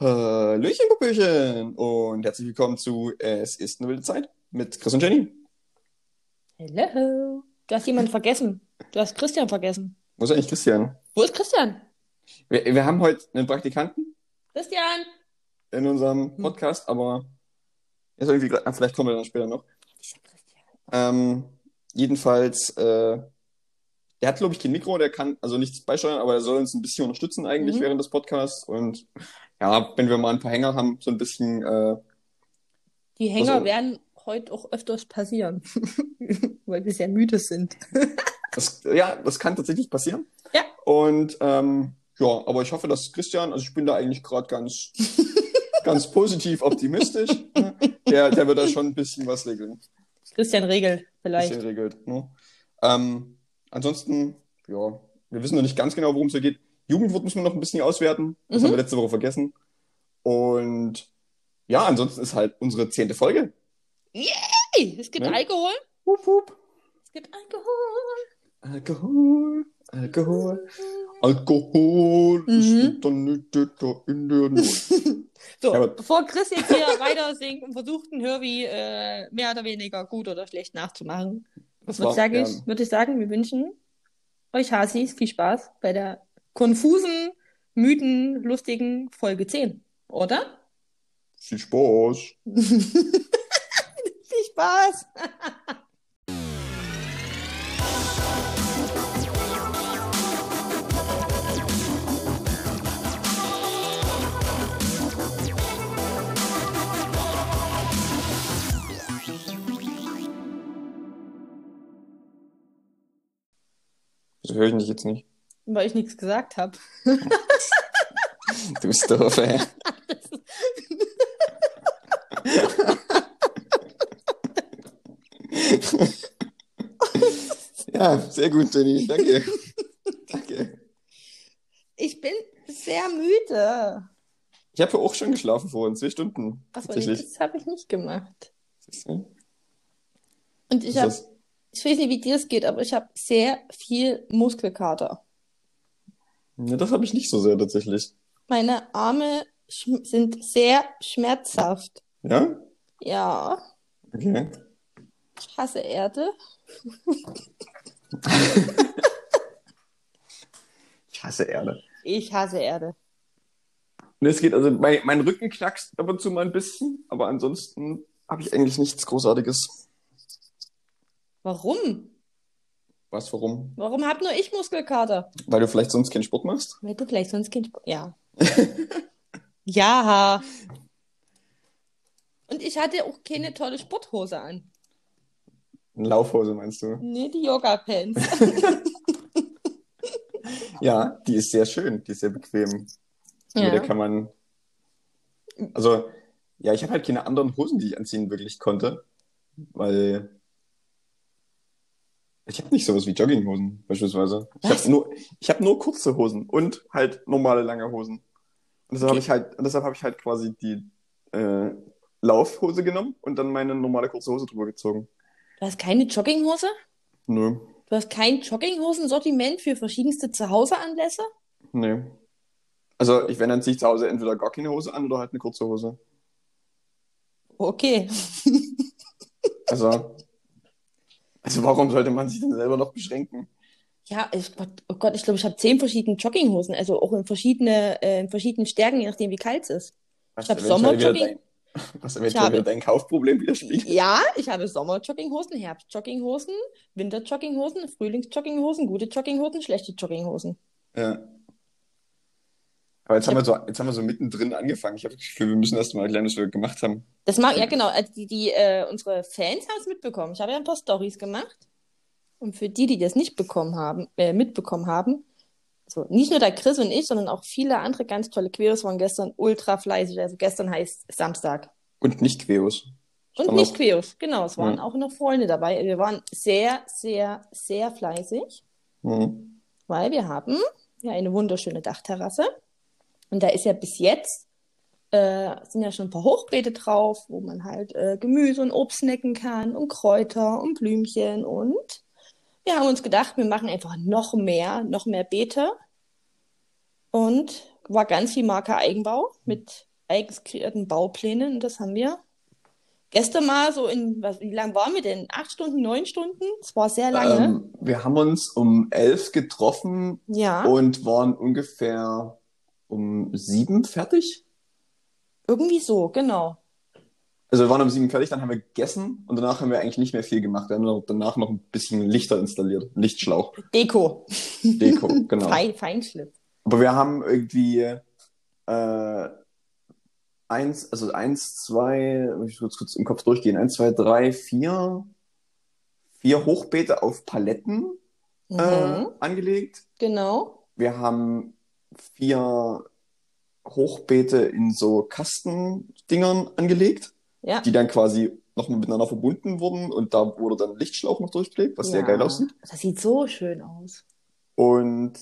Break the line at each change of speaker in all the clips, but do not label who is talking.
Hallöchen, Popöchen und herzlich willkommen zu Es ist eine wilde Zeit mit Chris und Jenny.
Hello. Du hast jemanden vergessen. Du hast Christian vergessen.
Wo ist eigentlich Christian?
Wo ist Christian?
Wir, wir haben heute einen Praktikanten
Christian!
in unserem
Hm.
Podcast, aber er ist irgendwie grad, ah, vielleicht kommen wir dann später noch.
Dieser Christian.
Ähm, jedenfalls, äh, der hat, glaube ich, kein Mikro, der kann also nichts beisteuern, aber er soll uns ein bisschen unterstützen eigentlich
Mhm.
während des Podcasts und ja, wenn wir mal ein paar Hänger haben, so ein bisschen äh,
Die Hänger
Also-
werden heute auch öfters passieren, weil wir sehr müde sind.
Das, ja, das kann tatsächlich passieren.
Ja.
Und ähm, ja, aber ich hoffe, dass Christian, also ich bin da eigentlich gerade ganz, ganz positiv optimistisch. ne? Der, der wird da schon ein bisschen was regeln.
Christian regelt vielleicht.
Bisschen regelt. Ne? Ähm, ansonsten, ja, wir wissen noch nicht ganz genau, worum es hier geht. Jugendwort müssen wir noch ein bisschen auswerten. Das
Mhm.
haben wir letzte Woche vergessen. Und ja, ansonsten ist halt unsere zehnte Folge.
Hey, es gibt
Ne?
Alkohol.
Hup, hup.
Es gibt Alkohol.
Alkohol, Alkohol. Alkohol
Mhm.
ist dann nicht der in der Not. Ja,
So,
aber-
bevor Chris jetzt hier weiter singt und versucht, ein Hörby äh, mehr oder weniger gut oder schlecht nachzumachen,
Das
würde
war,
ich, sag
ähm,
ich, würd ich sagen, wir wünschen euch Hasis viel Spaß bei der konfusen, müden, lustigen Folge 10, oder?
Viel Spaß.
viel Spaß!
Wieso höre ich dich jetzt nicht?
Weil ich nichts gesagt habe.
Du bist doof, ey. ja, sehr gut, Jenny. Danke. Danke.
Ich bin sehr müde.
Ich habe ja auch schon geschlafen vorhin, zwei Stunden.
Was war
tatsächlich.
das habe ich nicht gemacht.
Siehst du?
Und ich
Ist
habe,
das-
ich weiß nicht, wie dir es geht, aber ich habe sehr viel Muskelkater.
Ne, das habe ich nicht so sehr tatsächlich.
Meine Arme schm- sind sehr schmerzhaft.
Ja?
Ja,
Okay.
ich hasse Erde.
Ich hasse Erde.
Ich hasse Erde.
Ne, es geht also, mein, mein Rücken knackst ab und zu mal ein bisschen, aber ansonsten habe ich eigentlich nichts Großartiges.
Warum?
Was, warum?
Warum hab nur ich Muskelkater?
Weil du vielleicht sonst keinen Sport machst?
Weil du vielleicht sonst Kind. Ja. ja. Und ich hatte auch keine tolle Sporthose an.
Eine Laufhose meinst du?
Nee, die Yoga-Pants.
Ja, die ist sehr schön, die ist sehr bequem. Ja. Mit der
Ja.
kann man. Also, ja, ich habe halt keine anderen Hosen, die ich anziehen wirklich konnte, weil ich habe nicht sowas wie Jogginghosen beispielsweise. Ich
Was?
habe nur, ich habe nur kurze Hosen und halt normale lange Hosen. Und deshalb habe ich halt, und deshalb habe ich halt quasi die äh, Laufhose genommen und dann meine normale kurze Hose drüber gezogen.
Du hast keine Jogginghose?
Nö,
Du hast kein Jogginghosen-Sortiment für verschiedenste Zuhauseanlässe?
nee. Also, ich wenn dann ziehe ich zu Hause entweder gar keine Hose an oder halt eine kurze Hose.
Okay.
Also, also warum sollte man sich denn selber noch beschränken?
Ja, ich, Gott- oh Gott, ich glaube, ich habe zehn verschiedene Jogginghosen, also auch in verschiedene, äh, in verschiedenen Stärken, je nachdem, wie kalt es ist.
Was
hab
eventuell
Sommerjogging.
halt wieder dein- Was eventuell
habe-
wieder dein Kaufproblem widerspiegelt.
Ja, ich habe Sommer-Jogginghosen, Herbst-Jogginghosen, Winter-Jogginghosen, Frühlings-Jogginghosen, gute Jogginghosen, schlechte Jogginghosen.
Ja. Aber jetzt
Ich
haben, wir so, jetzt haben wir so mittendrin angefangen. Ich habe das Gefühl, wir müssen erst mal erklären, was wir gemacht haben.
Das mag, ja genau, also die, die, äh, unsere Fans haben es mitbekommen. Ich habe ja ein paar Stories gemacht. Und für die, die das nicht bekommen haben, äh, mitbekommen haben, so nicht nur der Chris und ich, sondern auch viele andere ganz tolle Queers waren gestern ultra fleißig. Also gestern heißt Samstag.
Und nicht Queos.
Und
War
nicht
noch-
Queers, genau. Es waren
Ja.
auch noch Freunde dabei. Wir waren sehr, sehr, sehr fleißig,
Hm.
weil wir haben ja eine wunderschöne Dachterrasse. Und da ist ja bis jetzt, äh, sind ja schon ein paar Hochbeete drauf, wo man halt äh, Gemüse und Obst necken kann und Kräuter und Blümchen. Und wir haben uns gedacht, wir machen einfach noch mehr, noch mehr Beete. Und war ganz viel Marker Eigenbau mit eigens kreierten Bauplänen. Und das haben wir gestern mal so in, was, wie lang waren wir denn? Acht Stunden, neun Stunden? Es war sehr lange.
Ähm, wir haben uns um elf getroffen
ja,
und waren ungefähr um sieben fertig.
irgendwie so, genau.
Also wir waren um sieben fertig, dann haben wir gegessen und danach haben wir eigentlich nicht mehr viel gemacht. Wir haben noch- danach noch ein bisschen Lichter installiert, Lichtschlauch,
Deko.
Deko, genau.
Fein, Feinschliff.
Aber wir haben irgendwie äh, eins, also eins, zwei, ich muss kurz im Kopf durchgehen, eins, zwei, drei, vier, vier Hochbeete auf Paletten
Mhm.
äh, angelegt.
Genau.
Wir haben vier Hochbeete in so Kastendingern angelegt,
Ja.
die dann quasi nochmal miteinander verbunden wurden und da wurde dann ein Lichtschlauch noch durchgelegt, was sehr
ja.
geil aussieht.
Oh, Das sieht so schön aus.
Und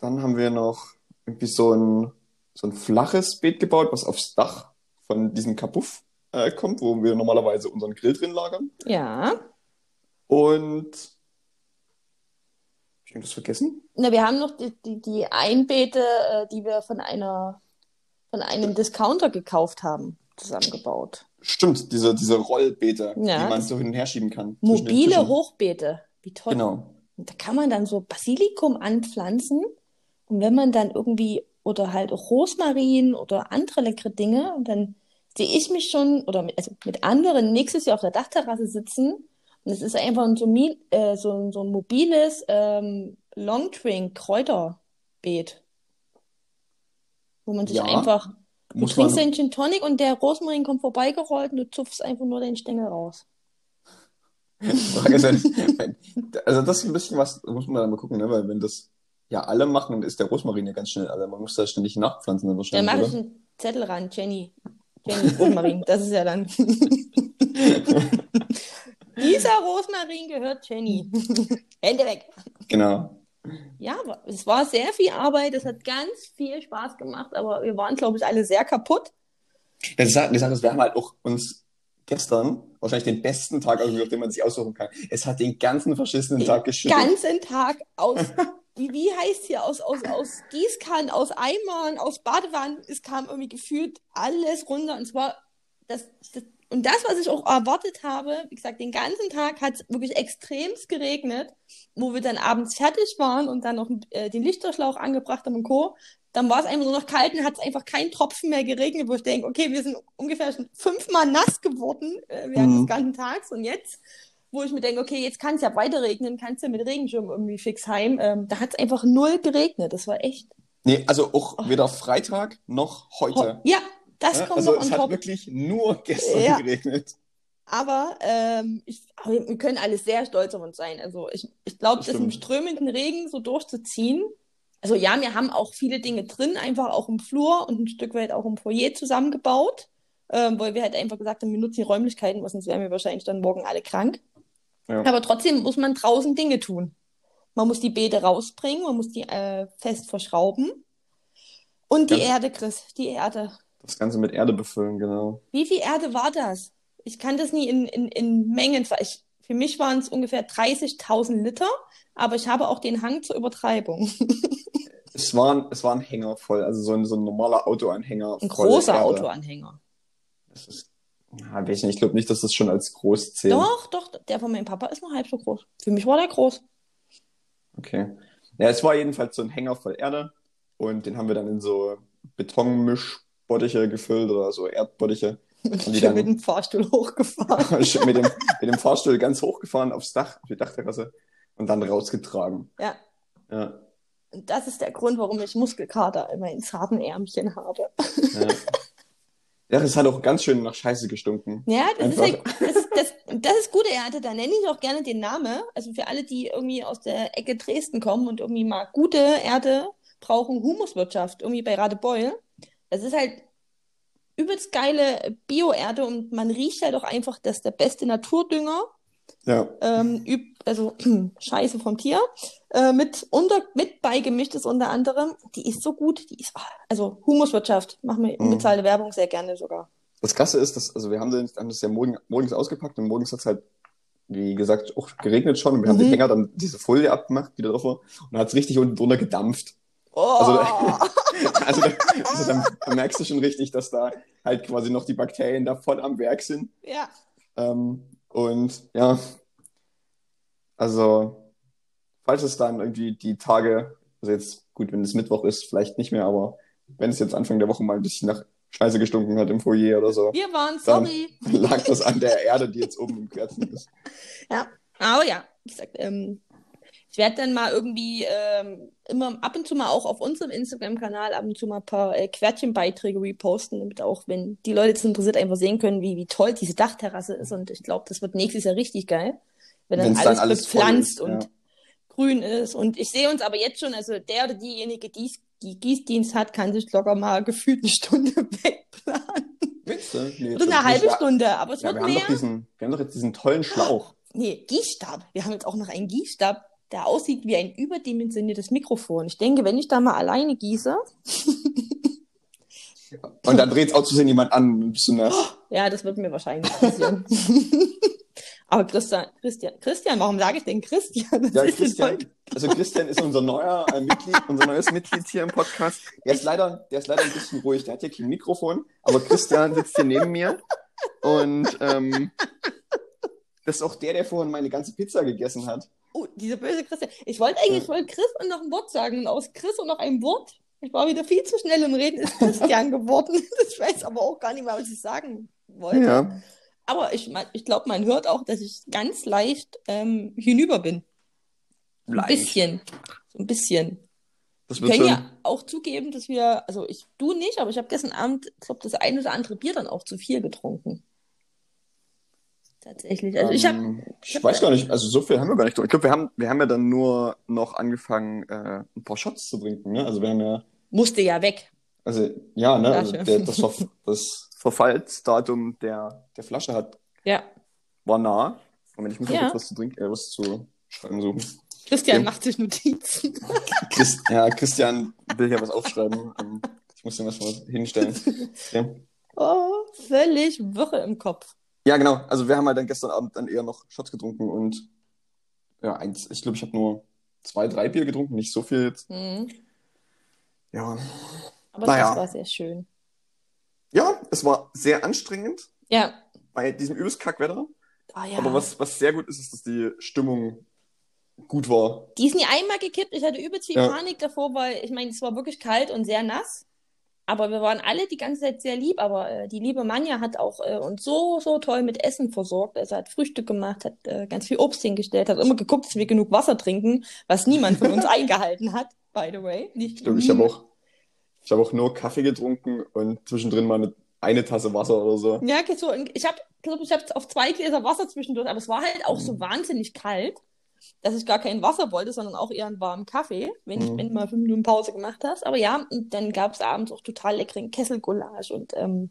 dann haben wir noch irgendwie so ein, so ein flaches Beet gebaut, was aufs Dach von diesem Kapuff äh, kommt, wo wir normalerweise unseren Grill drin lagern.
Ja.
Und hab ich irgendwas vergessen?
Na, wir haben noch die, die, die Einbeete, äh, die wir von einer von einem Discounter gekauft haben, zusammengebaut.
Stimmt, diese, diese Rollbeete,
Ja.
die man so hin und her schieben kann. zwischen den
Mobile
Tischen.
Hochbeete. Wie toll.
Genau.
Und da kann man dann so Basilikum anpflanzen. Und wenn man dann irgendwie, oder halt auch Rosmarin oder andere leckere Dinge, und dann sehe ich mich schon, oder mit, also mit anderen nächstes Jahr auf der Dachterrasse sitzen. Und es ist einfach ein so, mi- äh, so, ein- so ein mobiles ähm, Longdrink-Kräuterbeet. Wo man sich
Ja,
einfach, du
Muss
trinkst
man,
deinen Gin Tonic und der Rosmarin kommt vorbeigerollt und du zupfst einfach nur den Stängel raus.
Frage ist halt, also das ist ein bisschen was, muss man dann mal gucken, ne? weil wenn das ja alle machen, ist der Rosmarin ja ganz schnell alle. Man muss da ständig nachpflanzen dann
Dann
wahrscheinlich,
mache
oder?
ich einen Zettel ran, Jenny. Jenny Rosmarin, das ist ja dann. Dieser Rosmarin gehört Jenny. Hände weg.
Genau.
Ja, aber es war sehr viel Arbeit, es hat ganz viel Spaß gemacht, aber wir waren, glaube ich, alle sehr kaputt.
Ja, das hat, das hat, wir haben halt auch uns gestern wahrscheinlich den besten Tag ausgesucht, den man sich aussuchen kann. Es hat den ganzen verschissenen
Den
Tag geschüttet.
Ganzen Tag aus, wie, wie heißt hier, aus, aus, aus Gießkannen, aus Eimern, aus Badewannen. Es kam irgendwie gefühlt alles runter und zwar das, das und das, was ich auch erwartet habe, wie gesagt, den ganzen Tag hat es wirklich extremst geregnet, wo wir dann abends fertig waren und dann noch äh, den Lichterschlauch angebracht haben und Co. Dann war es einfach nur noch kalt und hat es einfach keinen Tropfen mehr geregnet, wo ich denke, okay, wir sind ungefähr schon fünfmal nass geworden äh, während
Mhm.
des ganzen Tages und jetzt, wo ich mir denke, okay, jetzt kann es ja weiter regnen, kannst ja mit Regenschirm irgendwie fix heim. Ähm, da hat es einfach null geregnet, das war echt.
Nee, also auch weder Freitag noch heute.
Ja, das
Ja,
kommt
also
noch on
es hat
top.
wirklich nur gestern
Ja.
geregnet.
Aber ähm, ich, aber wir können alle sehr stolz auf uns sein. Also ich, ich glaube,
Das
das im
stimmt.
strömenden Regen so durchzuziehen. Also ja, wir haben auch viele Dinge drin, einfach auch im Flur und ein Stück weit auch im Foyer zusammengebaut, ähm, weil wir halt einfach gesagt haben, wir nutzen die Räumlichkeiten, weil sonst wären wir wahrscheinlich dann morgen alle krank.
Ja.
Aber trotzdem muss man draußen Dinge tun. Man muss die Beete rausbringen, man muss die äh, fest verschrauben. Und die
Ganz-
Erde, Chris, die Erde.
Das Ganze mit Erde befüllen, genau.
Wie viel Erde war das? Ich kann das nie in, in, in Mengen. ver- Ich, für mich waren es ungefähr 30.000 Liter, aber ich habe auch den Hang zur Übertreibung.
Es war, ein, es war ein Hänger voll, also so ein, so ein normaler Autoanhänger
Ein
voll
großer
Erde.
Autoanhänger.
Das ist, na, weiß ich nicht, ich glaube nicht, dass das schon als groß zählt.
Doch, doch, der von meinem Papa ist nur halb so groß. Für mich war der groß.
Okay. Ja, es war jedenfalls so ein Hänger voll Erde und den haben wir dann in so Betonmischbottiche gefüllt oder so Erdbottiche. Und die
Ich bin mit
dann
dem Fahrstuhl hochgefahren.
schon mit dem, mit dem Fahrstuhl ganz hochgefahren aufs Dach, auf die Dachterrasse und dann rausgetragen.
Ja,
Ja,
und das ist der Grund, warum ich Muskelkater immer in zarten Ärmchen habe.
ja. ja, es hat auch ganz schön nach Scheiße gestunken.
Ja, das ist, ja,
Einfach.
das, ist- das, das ist gute Ernte. Da nenne ich auch gerne den Namen. Also für alle, die irgendwie aus der Ecke Dresden kommen und irgendwie mal gute Ernte brauchen, Humuswirtschaft, irgendwie bei Radebeul. Das ist halt übelst geile Bio-Erde und man riecht halt auch einfach, dass der beste Naturdünger,
Ja,
ähm, üb, also Scheiße vom Tier, äh, mit, unter, mit beigemischt ist unter anderem. Die ist so gut, die ist, ah, also Humuswirtschaft, machen wir
Mhm.
unbezahlte Werbung sehr gerne sogar.
das Krasse ist, dass, also wir haben, den, haben das ja morgen, morgens ausgepackt und morgens hat es halt, wie gesagt, auch geregnet schon und wir haben
Mhm.
den Hänger dann diese Folie abgemacht, die da drauf war und dann hat es richtig unten drunter gedampft.
Oh!
Also- Also, da- also dann, dann merkst du schon richtig, dass da halt quasi noch die Bakterien da voll am Werk sind.
Ja.
Ähm, und ja, also falls es dann irgendwie die Tage, also jetzt gut, wenn es Mittwoch ist, vielleicht nicht mehr, aber wenn es jetzt Anfang der Woche mal ein bisschen nach Scheiße gestunken hat im Foyer oder so,
Wir waren
Dann-
sorry.
lag das an der Erde, die jetzt oben im Querzen ist.
Aber ja, wie gesagt, ähm, ich werde dann mal irgendwie ähm, immer ab und zu mal auch auf unserem Instagram-Kanal ab und zu mal ein paar äh, Quertchenbeiträge reposten, damit auch, wenn die Leute es interessiert, einfach sehen können, wie, wie toll diese Dachterrasse ist. Und ich glaube, das wird nächstes Jahr richtig geil, wenn dann
Wenn's
alles
dann alles voll
bepflanzt
ist,
und
ja.
grün ist. Und ich sehe uns aber jetzt schon, also der oder diejenige, die es- die Gießdienst hat, kann sich locker mal gefühlt eine Stunde wegplanen.
Willst du? Nee,
Oder eine halbe
ja,
Stunde, aber es
Ja, wir
wird
haben
mehr.
doch diesen, wir haben doch jetzt diesen tollen Schlauch.
Nee, Gießstab. Wir haben jetzt auch noch einen Gießstab, der aussieht wie ein überdimensioniertes Mikrofon. Ich denke, wenn ich da mal alleine gieße,
Und dann dreht es auch zu sehen jemand an und bist du nass.
ja, das wird mir wahrscheinlich passieren. Aber Christian, Christian, Christian, warum sage ich denn Christian? Das
Ja,
ist jetzt
Christian,
voll-
also Christian ist unser neuer äh, Mitglied, unser neues Mitglied hier im Podcast. Der ist leider, der ist leider ein bisschen ruhig, der hat hier kein Mikrofon, aber Christian sitzt hier neben mir und ähm, das ist auch der, der vorhin meine ganze Pizza gegessen hat.
Oh, dieser böse Christian. Ich wollte eigentlich voll Chris und noch ein Wort sagen. Und aus Chris und noch ein Wort. Ich war wieder viel zu schnell im Reden, ist Christian geworden. Ich weiß aber auch gar nicht mehr, was ich sagen wollte.
Ja,
Aber ich, mein- ich glaube, man hört auch, dass ich ganz leicht ähm, hinüber bin. Ein bisschen. So ein bisschen.
Das
Wir
wird
können
schon.
ja auch zugeben, dass wir, also ich, du nicht, aber ich habe gestern Abend, ich glaube, das ein oder andere Bier dann auch zu viel getrunken. Tatsächlich. Also ich habe,
ähm,
ich hab-
ich weiß gar nicht, also so viel haben wir gar nicht. getrunken. Ich glaube, wir haben, wir haben ja dann nur noch angefangen, äh, ein paar Shots zu trinken. Ne? Also wir haben ja
musste ja weg.
Also, ja, ne, also
Flasche.
der, das, Ver das Verfallsdatum der, der Flasche hat,
Ja.
war nah. Moment, ich muss mal
Ja.
kurz was zu trinken, äh, was zu schreiben suchen.
Christian
Ja.
macht sich Notizen.
Chris, ja, Christian will hier was aufschreiben. Ähm, ich muss ihm was mal hinstellen. Ja.
Oh, völlig Wirre im Kopf.
ja, genau. Also, wir haben halt dann gestern Abend dann eher noch Shots getrunken und ja, eins, ich glaube, ich habe nur zwei, drei Bier getrunken, nicht so viel jetzt.
Mhm.
Ja.
Aber
Naja.
das war sehr schön.
Ja, es war sehr anstrengend
Ja.
bei diesem übelst Kackwetter.
Ah ja.
Aber was, was sehr gut ist, ist, dass die Stimmung gut war.
Die ist nie einmal gekippt. Ich hatte übelst viel
Ja.
Panik davor, weil ich meine, es war wirklich kalt und sehr nass. Aber wir waren alle die ganze Zeit sehr lieb. Aber äh, die liebe Manja hat auch äh, uns so, so toll mit Essen versorgt. Also hat Frühstück gemacht, hat äh, ganz viel Obst hingestellt, hat immer geguckt, dass wir genug Wasser trinken, was niemand von uns eingehalten hat, by the way. Nicht,
Stimmt, ich habe auch, ich hab auch nur Kaffee getrunken und zwischendrin mal eine, eine Tasse Wasser oder so.
Ja, okay, so, ich habe, glaube ich, habe auf zwei Gläser Wasser zwischendurch, aber es war halt auch
Mhm.
so wahnsinnig kalt, dass ich gar kein Wasser wollte, sondern auch eher einen warmen Kaffee, wenn, ich,
Mhm.
wenn du mal fünf Minuten Pause gemacht hast. Aber ja, und dann gab es abends auch total leckeren Kesselgulasch und ähm,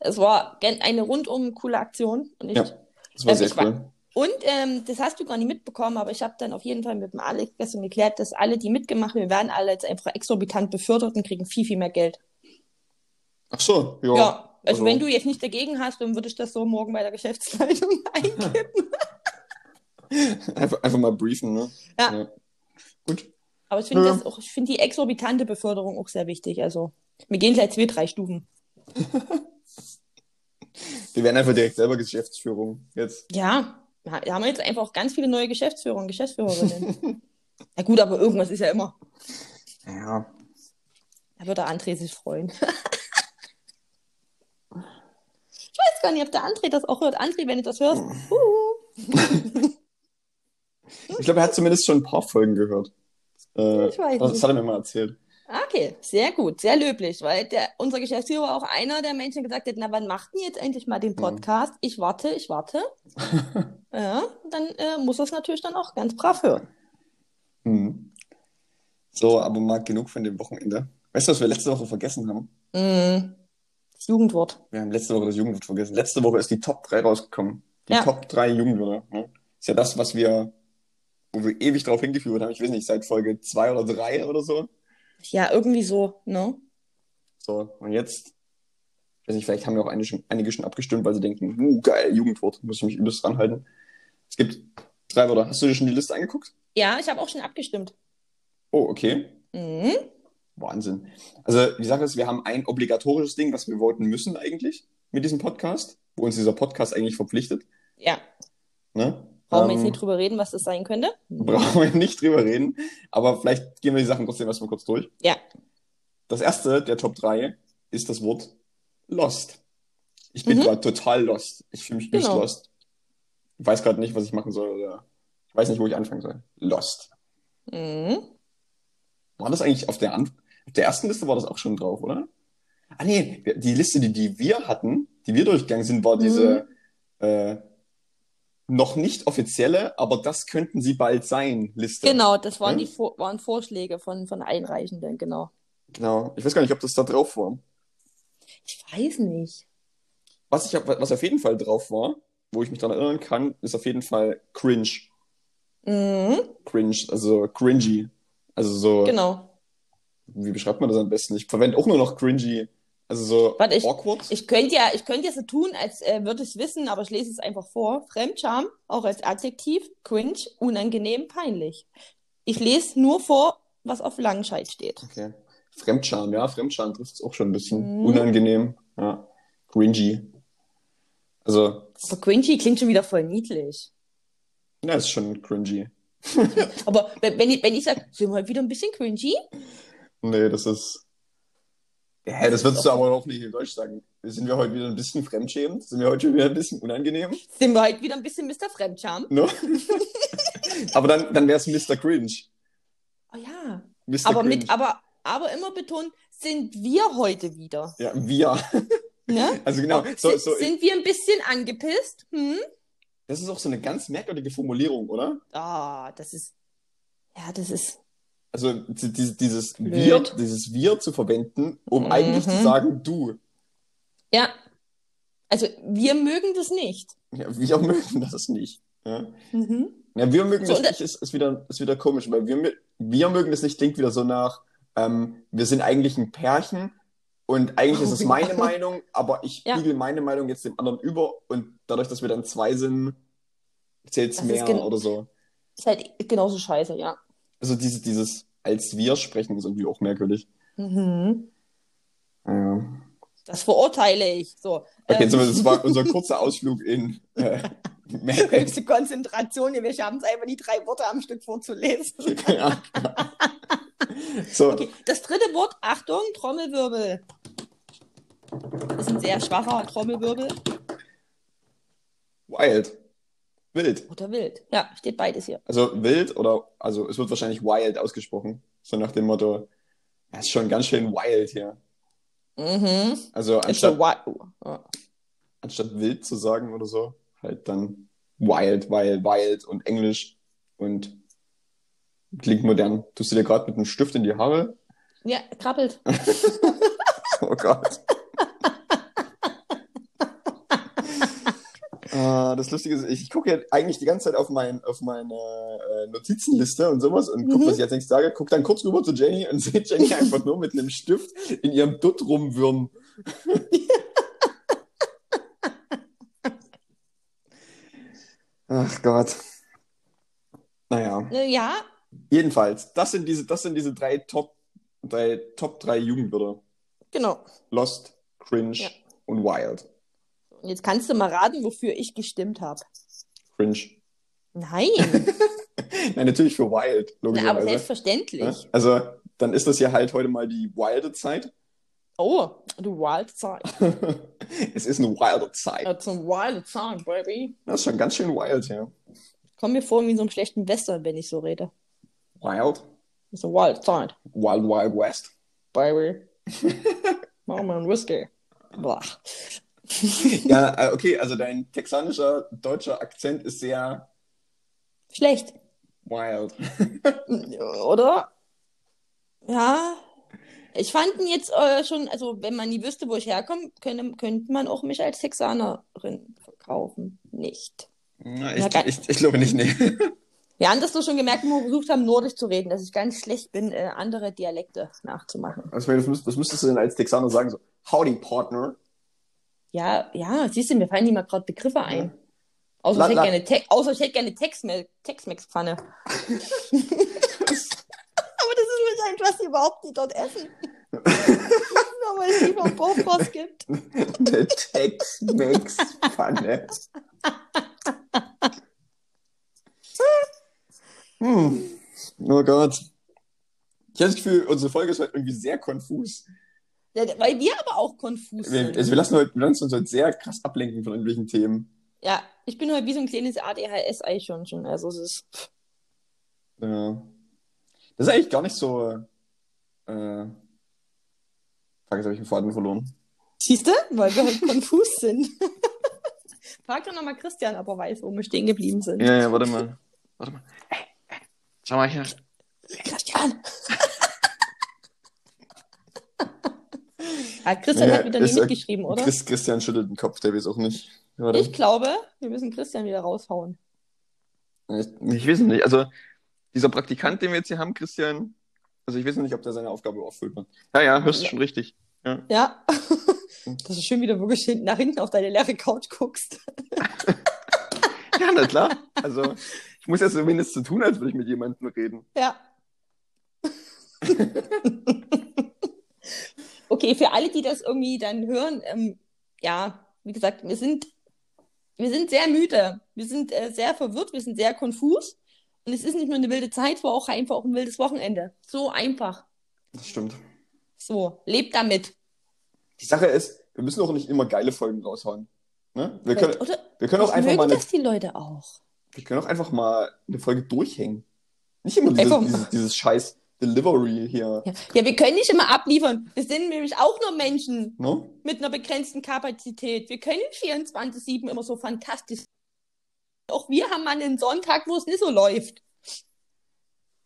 es war gen- eine rundum coole Aktion. Und ich,
Ja. Das war
Ähm,
sehr
ich
cool.
und ähm, das hast du gar nicht mitbekommen, aber ich habe dann auf jeden Fall mit dem Alex gestern geklärt, dass alle, die mitgemacht haben, wir werden alle jetzt einfach exorbitant befördert und kriegen viel, viel mehr Geld.
Ach so, ja.
Ja, also
Also-
wenn du jetzt nicht dagegen hast, dann würde ich das so morgen bei der Geschäftsleitung eingeben.
Einfach, einfach mal briefen, ne?
Ja.
Gut.
Aber ich finde
Ja.
das auch, ich finde die exorbitante Beförderung auch sehr wichtig. Also wir gehen gleich zwei, drei Stufen.
Wir werden einfach direkt selber Geschäftsführung jetzt.
Ja, da da haben wir jetzt einfach auch ganz viele neue Geschäftsführer und Geschäftsführerinnen. Na gut, aber irgendwas ist ja immer.
Ja.
Da wird der André sich freuen. ich weiß gar nicht, ob der André das auch hört. André, wenn du das hörst, uh. huhu.
Ich glaube, er hat zumindest schon ein paar Folgen gehört. Äh,
Ich weiß
das
nicht.
hat er mir mal erzählt.
Ah, Okay, sehr gut, sehr löblich, weil der, unser Geschäftsführer war auch einer der Menschen gesagt hat, na wann macht denn jetzt endlich mal den Podcast? Ich warte, ich warte. ja, dann äh, muss er es natürlich dann auch ganz brav hören.
Hm. So, aber mal genug von dem Wochenende. Weißt du, was wir letzte Woche vergessen haben?
Mm, das Jugendwort.
Wir haben letzte Woche das Jugendwort vergessen. Letzte Woche ist die Top 3 rausgekommen. Die
Ja.
Top 3 Jugendwörter. Ne? Ist ja das, was wir, wo wir ewig drauf hingeführt haben. Ich weiß nicht, seit Folge 2 oder 3 oder so.
Ja, irgendwie so, ne?
So, und jetzt, ich weiß nicht, vielleicht haben wir auch einige schon, einige schon abgestimmt, weil sie denken, uh, geil, Jugendwort, muss ich mich übelst ranhalten. Es gibt drei Wörter. Hast du dir schon die Liste angeguckt?
Ja, ich habe auch schon abgestimmt.
Oh, okay.
Mhm.
Wahnsinn. Also die Sache ist, wir haben ein obligatorisches Ding, was wir voten müssen eigentlich mit diesem Podcast, wo uns dieser Podcast eigentlich verpflichtet.
Ja.
Ne?
Brauchen wir
Ähm,
jetzt nicht drüber reden, was das sein könnte?
Brauchen wir nicht drüber reden, aber vielleicht gehen wir die Sachen trotzdem erstmal kurz durch.
Ja.
Das erste der Top 3 ist das Wort lost. Ich bin
Mhm.
gerade total lost. Ich fühle mich übelst
Genau.
lost. Ich weiß gerade nicht, was ich machen soll oder ich weiß nicht, wo ich anfangen soll. Lost.
Mhm.
War das eigentlich auf der, Anf auf der ersten Liste war das auch schon drauf, oder? Ah nee, wir- die Liste, die, die wir hatten, die wir durchgegangen sind, war diese
Mhm.
äh, noch nicht offizielle, aber das könnten sie bald sein, Liste.
Genau, das waren
Ja.
die Vor waren Vorschläge von, von Einreichenden, genau.
Genau. Ich weiß gar nicht, ob das da drauf war.
Ich weiß nicht.
Was, ich, hab- was auf jeden Fall drauf war, wo ich mich daran erinnern kann, ist auf jeden Fall cringe.
Mhm.
Cringe, also cringy. Also so,
Genau.
wie beschreibt man das am besten? Ich verwende auch nur noch cringy. Also so
Warte, ich-
awkward.
Ich könnte ja, ich könnte ja so tun, als äh, würde ich es wissen, aber ich lese es einfach vor. Fremdscham, auch als Adjektiv, cringe, unangenehm, peinlich. Ich lese nur vor, was auf Langscheid steht.
okay. Fremdscham, ja, Fremdscham trifft es auch schon ein bisschen.
Mhm.
Unangenehm, ja. Cringy. Also,
Aber cringy klingt schon wieder voll niedlich.
ja, ist schon cringy.
Aber wenn, wenn ich, wenn ich sage, sind wir heute wieder ein bisschen cringy?
Nee, das ist. Hä, das würdest du aber auch nicht in Deutsch sagen. Sind wir heute wieder ein bisschen fremdschämend? Sind wir heute schon wieder ein bisschen unangenehm?
Sind wir heute wieder ein bisschen Mr. Fremdscham?
Ne? aber dann, dann wäre es Mr. Cringe.
Oh ja.
Mr.
Aber,
Cringe.
mit, aber, aber immer betont, sind wir heute wieder.
ja, wir.
Ne?
Also genau, so,
sind,
so,
sind wir ein bisschen angepisst? Hm?
das ist auch so eine ganz merkwürdige Formulierung, oder?
Ah, das ist. Ja, das ist.
Also di- di- dieses
Blöd.
wir, dieses wir zu verwenden, um
Mhm.
eigentlich zu sagen du.
Ja. Also, wir mögen das nicht.
Ja, wir mögen das nicht. Ja,
Mhm.
ja wir mögen
So,
das
und da-
nicht, ist, ist, wieder, ist wieder komisch, weil wir, mö- wir mögen das nicht klingt wieder so nach, ähm, wir sind eigentlich ein Pärchen und eigentlich ist es
Oh, ja.
meine Meinung, aber ich
Ja.
bügel meine Meinung jetzt dem anderen über und dadurch, dass wir dann zwei sind, zählt es
Das ist
mehr
gen-
oder so.
Ist halt genauso scheiße, ja.
Also dieses, dieses als wir sprechen ist irgendwie auch merkwürdig.
Mhm.
Ja.
Ähm. Das verurteile ich. So.
Okay,
Ähm,
so, das war unser kurzer Ausflug in äh, Mad
höchste Konzentration. Wir schaffen es einfach, die drei Worte am Stück vorzulesen.
Max. ja. So,
Okay, das dritte Wort, Achtung, Trommelwirbel. Das ist ein sehr schwacher Trommelwirbel.
wild. Wild.
Oder wild. Ja, steht beides hier.
Also wild oder, also es wird wahrscheinlich wild ausgesprochen. So nach dem Motto, das ist schon ganz schön wild hier.
Mhm.
Also
It's a
anstatt,
wild. Ja.
anstatt wild zu sagen oder so, halt dann wild, weil wild und Englisch und klingt modern. Tust du dir gerade mit einem Stift in die Haare?
ja, krabbelt.
Ah. Oh Gott. Ah, Das Lustige ist, ich gucke ja eigentlich die ganze Zeit auf, mein, auf meine äh, Notizenliste und sowas und gucke,
Mhm.
was ich als nächstes sage, gucke dann kurz rüber zu Jenny und sehe Jenny einfach nur mit einem Stift in ihrem Dutt rumwürmen. Ach Gott. Naja,
Äh, Ja,
jedenfalls, das sind diese, das sind diese drei Top, drei, Top drei Jugendwörter.
genau.
Lost, Cringe
Ja.
und Wild.
Und jetzt kannst du mal raten, wofür ich gestimmt habe.
Cringe.
Nein,
Nein, natürlich für Wild,
Na, aber
logischerweise.
selbstverständlich.
Ja, also, dann ist das ja halt heute mal die wilde Zeit.
Oh, du wild Zeit.
es ist eine wilde Zeit.
It's a wild Zeit, baby.
Das ist schon ganz schön wild, ja.
Komm mir vor wie in so einem schlechten Western, wenn ich so rede.
Wild,
It's a wild Zeit,
Wild Wild West.
baby. Mach mal einen Whisky. Boah.
Ja, äh, okay, also dein texanischer deutscher Akzent ist sehr
Schlecht.
wild.
Oder? Ja. Ich fand ihn jetzt äh, schon, also wenn man nie wüsste, wo ich herkomme, könnte, könnte man auch mich als Texanerin verkaufen. Nicht.
Na,
Na,
ich,
geil.
ich, ich glaube nicht, nee.
Wir haben das doch schon gemerkt, wo wir versucht haben, Nordisch zu reden, dass ich ganz schlecht bin, äh, andere Dialekte nachzumachen.
Also, was, müsst, was müsstest du denn als Texaner sagen? So, howdy, Partner.
Ja, ja, siehst du, mir fallen nicht mal gerade Begriffe ein. Außer,
La-
ich
la-
hätte gerne Te außer ich hätte gerne Tex-Me- Tex-Mex-Pfanne. Aber das ist mit etwas überhaupt, die dort essen? Nur weil es die vom Bofors gibt.
Eine Tex-Mex-Pfanne. hm. Oh Gott. Ich habe das Gefühl, unsere Folge ist heute irgendwie sehr konfus.
Ja, Weil wir aber auch konfus
Wir,
sind.
also wir, lassen heute, wir lassen uns heute sehr krass ablenken von irgendwelchen Themen.
Ja, ich bin heute wie so ein kleines ADHS-Ei schon schon. Also es ist.
Ja. Das ist eigentlich gar nicht so. Äh, fuck, jetzt habe ich den Faden verloren.
Siehst du? Weil wir heute konfus sind. Frag doch nochmal Christian, ob er weiß, wo wir stehen geblieben sind.
Ja, ja, warte mal. Warte mal. Schau mal hier.
Christian! ja, Christian
Ja,
hat wieder
ist
nicht
ja-
mitgeschrieben, oder?
Chris, Christian schüttelt den Kopf, der weiß auch nicht. Warte.
Ich glaube, wir müssen Christian wieder raushauen.
Ich, ich weiß nicht. Also, dieser Praktikant, den wir jetzt hier haben, Christian, also ich weiß nicht, ob der seine Aufgabe erfüllt hat. Ja, ja, hörst du
Ja.
schon richtig.
Ja. Dass du schön wieder wirklich hinten nach hinten auf deine leere Couch guckst.
Ja, na klar. Also, ich muss ja zumindest so tun, als würde ich mit jemandem reden.
Ja. okay, für alle, die das irgendwie dann hören, ähm, ja, wie gesagt, wir sind, wir sind sehr müde, wir sind äh, sehr verwirrt, wir sind sehr konfus. Und es ist nicht nur eine wilde Zeit, war auch einfach auch ein wildes Wochenende. So einfach.
Das stimmt.
So, lebt damit.
Die Sache ist, wir müssen auch nicht immer geile Folgen raushauen. Ne? Wir, können,
Oder
wir, können auch einfach
mögen
mal eine,
das die Leute auch.
wir können auch einfach mal eine Folge durchhängen. Nicht immer dieses,
Einfach mal.
dieses, dieses scheiß Delivery hier.
Ja. ja, wir können nicht immer abliefern. Wir sind nämlich auch nur Menschen.
Ne?
mit einer begrenzten Kapazität. Wir können 24-7 immer so fantastisch. Auch wir haben mal einen Sonntag, wo es nicht so läuft.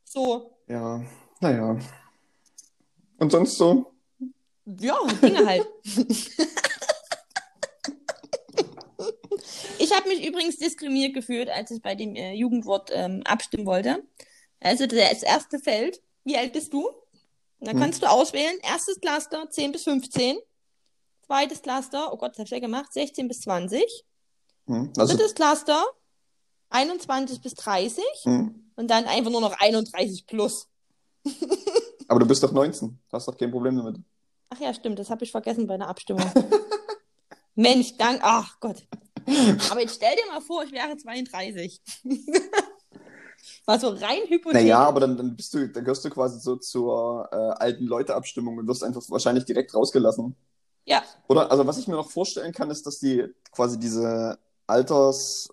So,
Ja, naja. Und sonst so?
ja, Dinge halt. ich habe mich übrigens diskriminiert gefühlt, als ich bei dem äh, Jugendwort ähm, abstimmen wollte. Also das erste Feld, wie alt bist du? Und Da
Hm.
kannst du auswählen, erstes Cluster 10 bis 15, zweites Cluster, oh Gott, das habe ich ja gemacht, 16 bis 20,
Hm? Also,
Drittes Cluster, 21 bis 30
hm?
und dann einfach nur noch 31 plus.
Aber du bist doch 19. Hast doch kein Problem damit.
Ach ja, stimmt, das habe ich vergessen bei einer Abstimmung. Mensch, dank, ach Gott. Aber jetzt stell dir mal vor, ich wäre 32. War so rein hypothetisch.
Naja, aber dann, dann bist du, dann gehörst du quasi so zur äh, alten Leute-Abstimmung und wirst einfach wahrscheinlich direkt rausgelassen.
Ja,
Oder? Also was ich mir noch vorstellen kann, ist, dass die quasi diese Altersbereiche,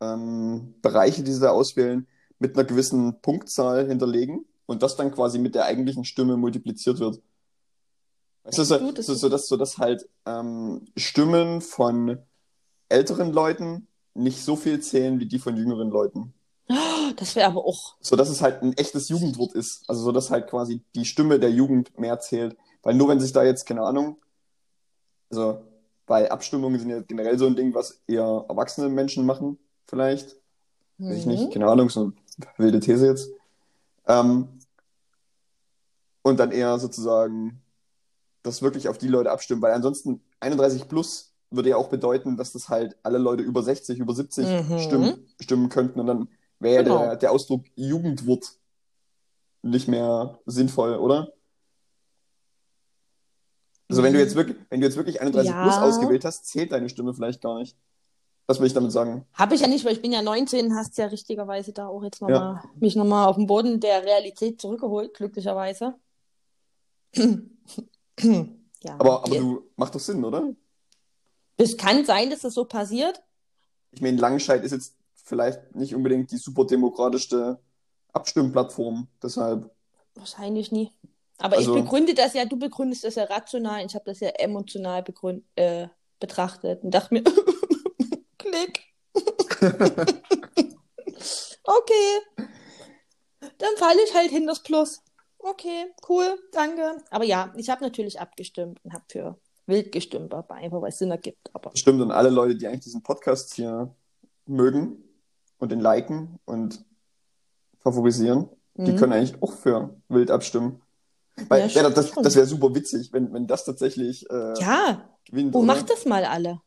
ähm, Bereiche, die sie da auswählen, mit einer gewissen Punktzahl hinterlegen und das dann quasi mit der eigentlichen Stimme multipliziert wird. Weißt du, so,
Gut, das
so,
ist-
so, dass, so dass halt ähm, Stimmen von älteren Leuten nicht so viel zählen wie die von jüngeren Leuten
Oh, das wäre aber auch.
so dass es halt ein echtes Jugendwort ist. Also so dass halt quasi die Stimme der Jugend mehr zählt. Weil nur wenn sich da jetzt, keine Ahnung, also bei Abstimmungen sind ja generell so ein Ding, was eher erwachsene Menschen machen, vielleicht. Weiß ich
Mhm.
nicht, keine Ahnung, so eine wilde These jetzt. Ähm, und dann eher sozusagen das wirklich auf die Leute abstimmen, weil ansonsten 31 plus würde ja auch bedeuten, dass das halt alle Leute über 60, über 70
Mhm.
stimmen, stimmen könnten und dann wäre
Genau.
der, der Ausdruck Jugendwort nicht mehr sinnvoll, oder? Also wenn du jetzt wirklich, wenn du jetzt wirklich 31
Ja.
plus ausgewählt hast, zählt deine Stimme vielleicht gar nicht. Was will ich damit sagen?
Habe ich ja nicht, weil ich bin ja 19, hast ja richtigerweise da auch jetzt
Ja.
nochmal mich nochmal auf den Boden der Realität zurückgeholt, glücklicherweise. ja.
Aber, aber du macht doch Sinn, oder?
Es kann sein, dass das so passiert.
ich meine, Langenscheid ist jetzt vielleicht nicht unbedingt die super demokratischste Abstimmplattform. Deshalb,
Wahrscheinlich nie. Aber
Also-
ich begründe das ja, du begründest das ja rational. Ich habe das ja emotional begründ, äh, betrachtet und dachte mir, klick. okay. Dann falle ich halt hinter das Plus. Okay, cool, danke. Aber ja, ich habe natürlich abgestimmt und habe für wild gestimmt, aber einfach weil es Sinn ergibt. Aber
das stimmt, und alle Leute, die eigentlich diesen Podcast hier mögen und den liken und favorisieren, die
Mhm.
können eigentlich auch für wild abstimmen. Weil
Ja,
ja, das,
stimmt.
das wäre super witzig, wenn, wenn das tatsächlich äh,
ja,
gewinnt.
oh,
oder?
macht das mal alle.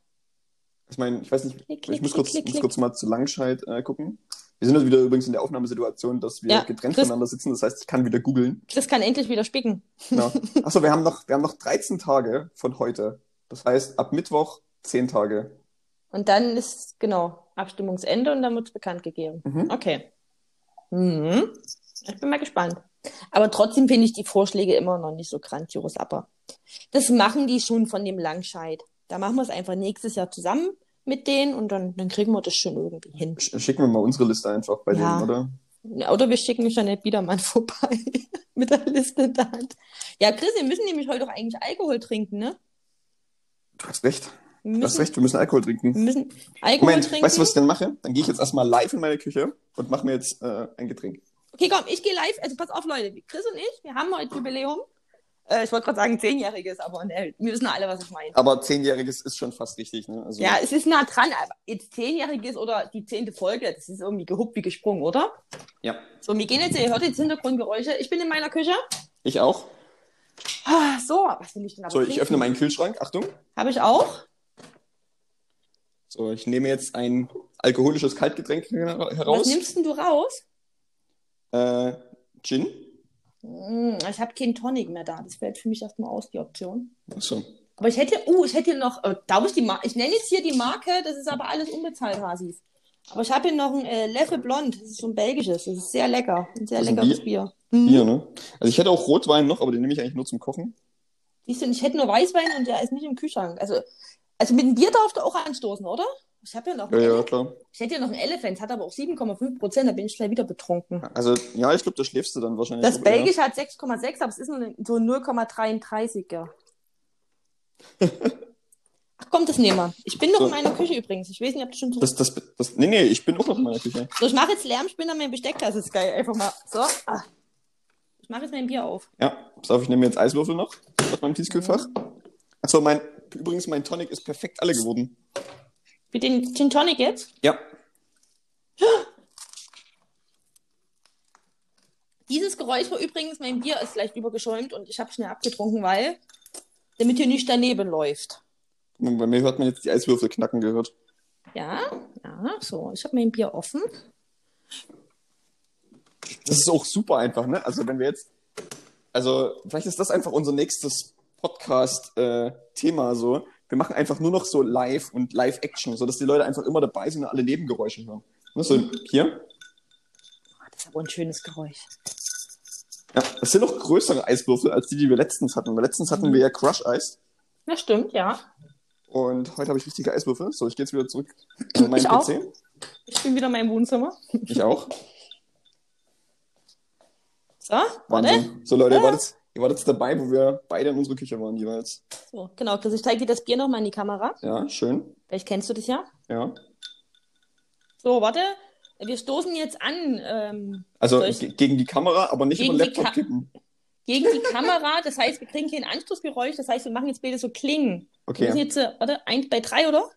Ich meine, ich weiß nicht,
Klick, klick,
ich muss
klick,
kurz,
klick,
muss
klick.
kurz mal zu Langscheid äh, gucken. Wir sind heute wieder übrigens in der Aufnahmesituation, dass wir
Ja,
getrennt
Chris-
voneinander sitzen. Das heißt, ich kann wieder googeln.
Chris kann endlich wieder spicken.
Genau. Achso, wir haben noch, wir haben noch 13 Tage von heute. Das heißt, ab Mittwoch 10 Tage.
Und dann ist, genau, Abstimmungsende und dann wird es bekannt gegeben.
Mhm.
Okay. Mhm. Ich bin mal gespannt. Aber trotzdem finde ich die Vorschläge immer noch nicht so grandios. Aber das machen die schon von dem Langscheid. Da machen wir es einfach nächstes Jahr zusammen mit denen und dann, dann kriegen wir das schon irgendwie hin.
Sch- Schicken wir mal unsere Liste einfach bei
Ja.
denen, oder?
Oder wir schicken Jeanette Biedermann vorbei mit der Liste in der Hand. Ja, Chris, wir müssen nämlich heute doch eigentlich Alkohol trinken, ne?
Du hast recht.
Wir
Du hast
müssen,
recht, wir müssen Alkohol
wir
trinken.
müssen Alkohol
Moment,
trinken.
weißt du, was ich dann mache? Dann gehe ich jetzt erstmal live in meine Küche und mache mir jetzt äh, ein Getränk.
Okay, komm, ich gehe live. Also pass auf, Leute. Chris und ich, wir haben heute Jubiläum. Äh, ich wollte gerade sagen, zehnjähriges, aber ne, wir wissen alle, was ich meine.
Aber Zehnjähriges ist schon fast richtig, ne? Also,
Ja, es ist nah dran, aber jetzt zehnjähriges oder die zehnte Folge, das ist irgendwie gehupt wie gesprungen, oder?
ja.
So, wir gehen jetzt, ihr hört jetzt Hintergrundgeräusche. Ich bin in meiner Küche.
Ich auch.
Ah, So, was will ich denn aber
So, ich öffne meinen Kühlschrank. Achtung.
Habe ich auch?
So, ich nehme jetzt ein alkoholisches Kaltgetränk her-
Was
heraus.
nimmst denn du raus?
Äh, Gin.
Hm, Ich habe keinen Tonic mehr da. Das fällt für mich erstmal aus, die Option.
Achso.
Aber ich hätte, oh, ich hätte hier noch, äh, darf ich die Marke, ich nenne jetzt hier die Marke, das ist aber alles unbezahlt, Hasis. Aber ich habe hier noch ein äh, Leffe Blond, das ist so ein belgisches, das ist sehr lecker, ein sehr
Das ist ein
leckeres Bier. Mhm.
Bier, ne? Also ich hätte auch Rotwein noch, aber den nehme ich eigentlich nur zum Kochen.
Siehst du, ich hätte nur Weißwein und der ist nicht im Kühlschrank. Also, also mit dem Bier darf du auch anstoßen, oder? Ich habe ja noch,
Ja,
ein
ja,
Ele-
klar.
ich hätte ja noch ein Elephant, hat aber auch 7,5 Prozent, da bin ich schnell wieder betrunken.
Also, ja, ich glaube, da schläfst du dann wahrscheinlich.
Das
auch eher.
Belgische hat 6,6, aber es ist nur ne- so 0,33er. Ach komm, das nehmen wir. Ich bin noch
So.
in meiner Küche übrigens. Ich weiß nicht, ob du schon so.
Das, das, das, nee, nee, ich bin auch noch in meiner Küche.
So, ich mache jetzt Lärm, ich bin an meinem Besteck, das ist geil. Einfach mal. So. Ah. Ich mache jetzt mein Bier auf.
Ja, pass auf, ich nehme jetzt Eiswürfel noch aus meinem Tiefkühlfach. Also mein, übrigens, mein Tonic ist perfekt alle geworden.
Mit den Gin Tonic jetzt.
Ja.
Dieses Geräusch war übrigens, mein Bier ist leicht übergeschäumt und ich habe schnell abgetrunken, weil. Damit hier nicht daneben läuft.
Bei mir hat man jetzt die Eiswürfel knacken gehört.
Ja, ja, so. Ich habe mein Bier offen.
Das ist auch super einfach, ne? Also wenn wir jetzt, also vielleicht ist das einfach unser nächstes Podcast-Thema so. Wir machen einfach nur noch so Live und Live-Action, sodass die Leute einfach immer dabei sind und alle Nebengeräusche hören. Ne? So hier.
Ah, Das ist aber ein schönes Geräusch.
Ja, das sind noch größere Eiswürfel als die, die wir letztens hatten. Weil Letztens
Mhm.
hatten wir ja Crush-Eis
Das stimmt, ja.
und heute habe ich richtige Eiswürfel. So, ich gehe jetzt wieder zurück an meinen
Ich
PC.
auch. Ich bin wieder in meinem Wohnzimmer.
Ich auch.
So, warte. Ah.
Wahnsinn. So Leute, ihr wart, jetzt, ihr wart jetzt dabei, wo wir beide in unserer Küche waren jeweils.
So, genau, Chris, ich zeige dir das Bier nochmal in die Kamera.
Ja, schön.
Vielleicht kennst du das ja.
Ja.
So, warte. Wir stoßen jetzt an ähm,
Also
Soll ich-
ge- gegen die Kamera, aber nicht
Gegen
über den
die
Laptop
Ka-
kippen.
gegen die Kamera. Das heißt, wir kriegen hier ein Anstoßgeräusch. Das heißt, wir machen jetzt bitte so Klingen. Wir müssen
Okay.
jetzt, äh, warte, eins bei drei, oder?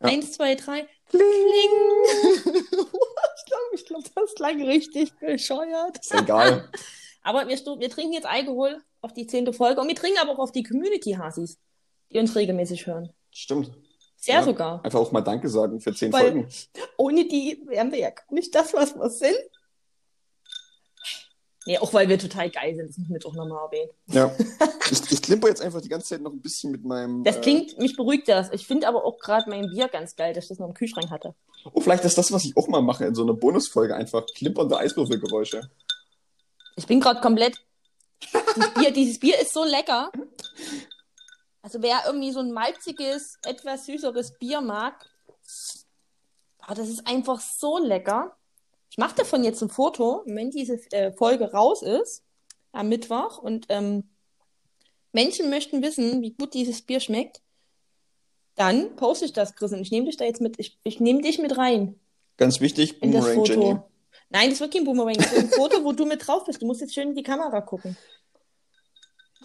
Ja.
Eins, zwei, drei. Kling! ich glaube, ich glaub, das klang richtig bescheuert.
Ist egal.
Aber wir, sto- wir trinken jetzt Alkohol auf die zehnte Folge und wir trinken aber auch auf die Community-Hasis, die uns regelmäßig hören.
Stimmt.
Sehr
Ja.
sogar.
Einfach auch mal Danke sagen für zehn
Weil-
Folgen.
Ohne die wären wir ja gar nicht das, was wir sind. Nee, auch weil wir total geil sind, das müssen wir jetzt auch nochmal erwähnen.
Ja. Ich, ich klimper jetzt einfach die ganze Zeit noch ein bisschen mit meinem.
Das klingt, mich beruhigt das. Ich finde aber auch gerade mein Bier ganz geil, dass ich das noch im Kühlschrank hatte.
Äh, oh, vielleicht ist das, was ich auch mal mache in so einer Bonusfolge einfach klimpernde Eiswürfelgeräusche.
Ich bin gerade komplett. Dieses Bier, dieses Bier ist so lecker. Also wer irgendwie so ein malziges, etwas süßeres Bier mag, boah, das ist einfach so lecker. Ich mache davon jetzt ein Foto, wenn diese äh, Folge raus ist, am Mittwoch. Und ähm, Menschen möchten wissen, wie gut dieses Bier schmeckt. Dann poste ich das, Chris, und ich nehme dich da jetzt mit. Ich, ich nehme dich mit rein
Ganz wichtig,
in das
Boomerang
Foto.
Jenny.
Nein, das wird kein Boomerang. Das ist ein Foto, wo du mit drauf bist. Du musst jetzt schön in die Kamera gucken.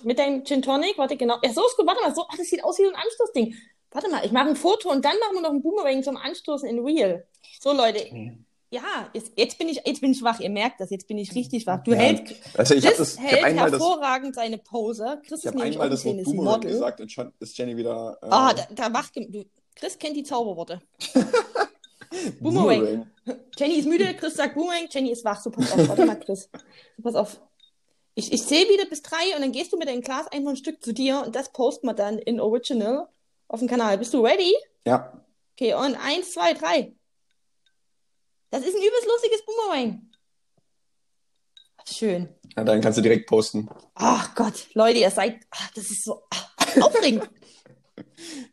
Mit deinem Gin Tonic, warte, genau. Ja, so ist gut, warte mal. So, ach, das sieht aus wie so ein Anstoßding. Warte mal, ich mache ein Foto und dann machen wir noch ein Boomerang zum Anstoßen in Real. So, Leute. Ja, jetzt, jetzt, bin ich, jetzt bin ich wach. Ihr merkt das. Jetzt bin ich richtig wach. Du
Ja,
hältst,
Also ich habe das,
Chris
ich hab
hält
einmal das,
hervorragend seine Pose. Chris
ich
ist
hab
nämlich
einmal
auch ein
das Wort
kleines
Boomerang
Model.
gesagt und schon ist Jenny wieder. Äh,
Ah, da, da wach. Du, Chris kennt die Zauberworte. Boomerang. Jenny ist müde, Chris sagt Boomerang, Jenny ist wach. So, pass auf, warte mal, Chris. So, pass auf. Ich, ich zähle wieder bis drei und dann gehst du mit deinem Glas einfach ein Stück zu dir und das posten wir dann in Original auf dem Kanal. Bist du ready?
Ja.
Okay, und eins, zwei, drei. Das ist ein übelst lustiges Boomerang. Schön.
ja, dann kannst du direkt posten.
Ach Gott, Leute, ihr seid, ach, das ist so ach, aufregend.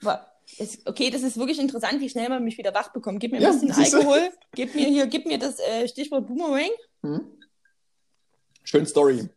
Aber es, okay, das ist wirklich interessant, wie schnell man mich wieder wach bekommt. Gib mir ein
Ja,
bisschen
siehst du?
Alkohol, gib mir hier, gib mir das äh, Stichwort Boomerang. Hm?
Schön Story.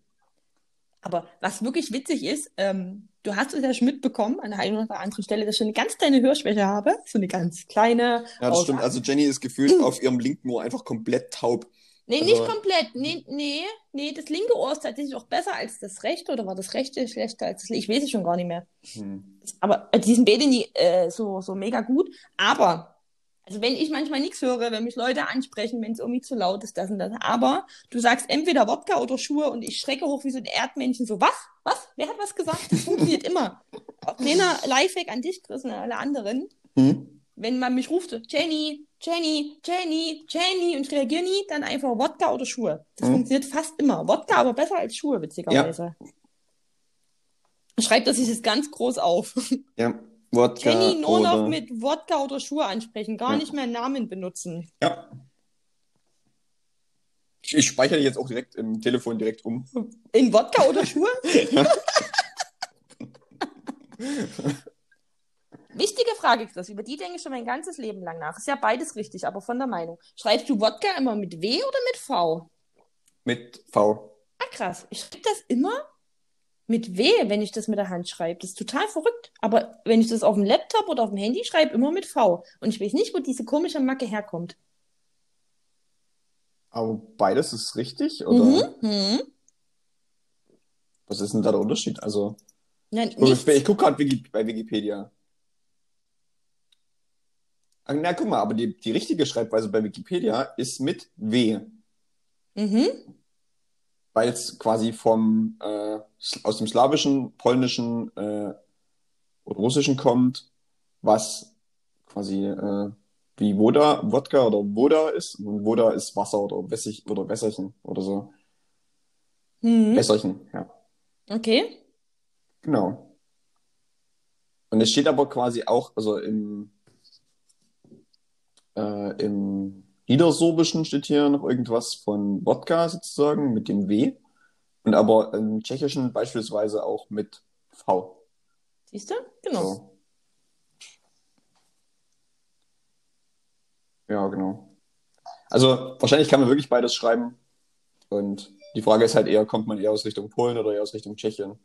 Aber was wirklich witzig ist, ähm, du hast es ja schon mitbekommen an der einen oder anderen Stelle, dass ich schon eine ganz kleine Hörschwäche habe, so eine ganz kleine.
Ja, das
aus-
stimmt. Also Jenny ist gefühlt auf ihrem linken Ohr einfach komplett taub.
Nee,
Also-
nicht komplett. Nee, nee, nee, das linke Ohr ist tatsächlich auch besser als das rechte, oder war das rechte schlechter als das linke? Ich weiß es schon gar nicht mehr.
Hm.
Aber äh, die sind beide nie, äh, so, so mega gut. Aber, also wenn ich manchmal nichts höre, wenn mich Leute ansprechen, wenn es irgendwie zu laut ist, das und das. Aber du sagst entweder Wodka oder Schuhe und ich schrecke hoch wie so ein Erdmännchen. So, was? Was? Wer hat was gesagt? Das funktioniert immer. Auch Kleiner Lifehack an dich, Chris, und an alle anderen.
Hm?
Wenn man mich ruft, so, Jenny, Jenny, Jenny, Jenny und ich reagiere nie, dann einfach Wodka oder Schuhe. Das
Mhm.
funktioniert fast immer. Wodka aber besser als Schuhe, witzigerweise. Schreibt das sich jetzt ganz groß auf.
Ja, Wodka
Jenny nur
oder...
noch mit Wodka oder Schuhe ansprechen, gar
Ja.
nicht mehr Namen benutzen.
Ja. Ich, ich speichere dich jetzt auch direkt im Telefon direkt um.
In Wodka oder Schuhe? Wichtige Frage, Chris, über die denke ich schon mein ganzes Leben lang nach. Ist ja beides richtig, aber von der Meinung. Schreibst du Wodka immer mit W oder mit V?
Mit V.
Ah, krass. Ich schreibe das immer mit W, wenn ich das mit der Hand schreibe. Das ist total verrückt. Aber wenn ich das auf dem Laptop oder auf dem Handy schreibe, immer mit V. Und ich weiß nicht, wo diese komische Macke herkommt.
Aber beides ist richtig, oder?
Mhm. Mhm.
Was ist denn da der Unterschied? Also,
Nein,
guck, ich,
nichts.
bin- ich gucke gerade Wiki, bei Wikipedia. Ah, Na, guck mal, aber die, die richtige Schreibweise bei Wikipedia ist mit W,
Mhm.
weil es quasi vom, äh, Sl- aus dem Slawischen, Polnischen äh, und Russischen kommt, was quasi äh, wie Woda, Wodka oder Woda ist. Und Woda ist Wasser oder Wässig oder Wässerchen oder so.
Mhm.
Wässerchen, ja.
Okay.
Genau. Und es steht aber quasi auch, also im, äh, im Niedersorbischen steht hier noch irgendwas von Wodka sozusagen mit dem W. Und aber im Tschechischen beispielsweise auch mit V.
Siehst du? Genau.
So. Ja, genau. Also wahrscheinlich kann man wirklich beides schreiben. Und die Frage ist halt eher, kommt man eher aus Richtung Polen oder eher aus Richtung Tschechien?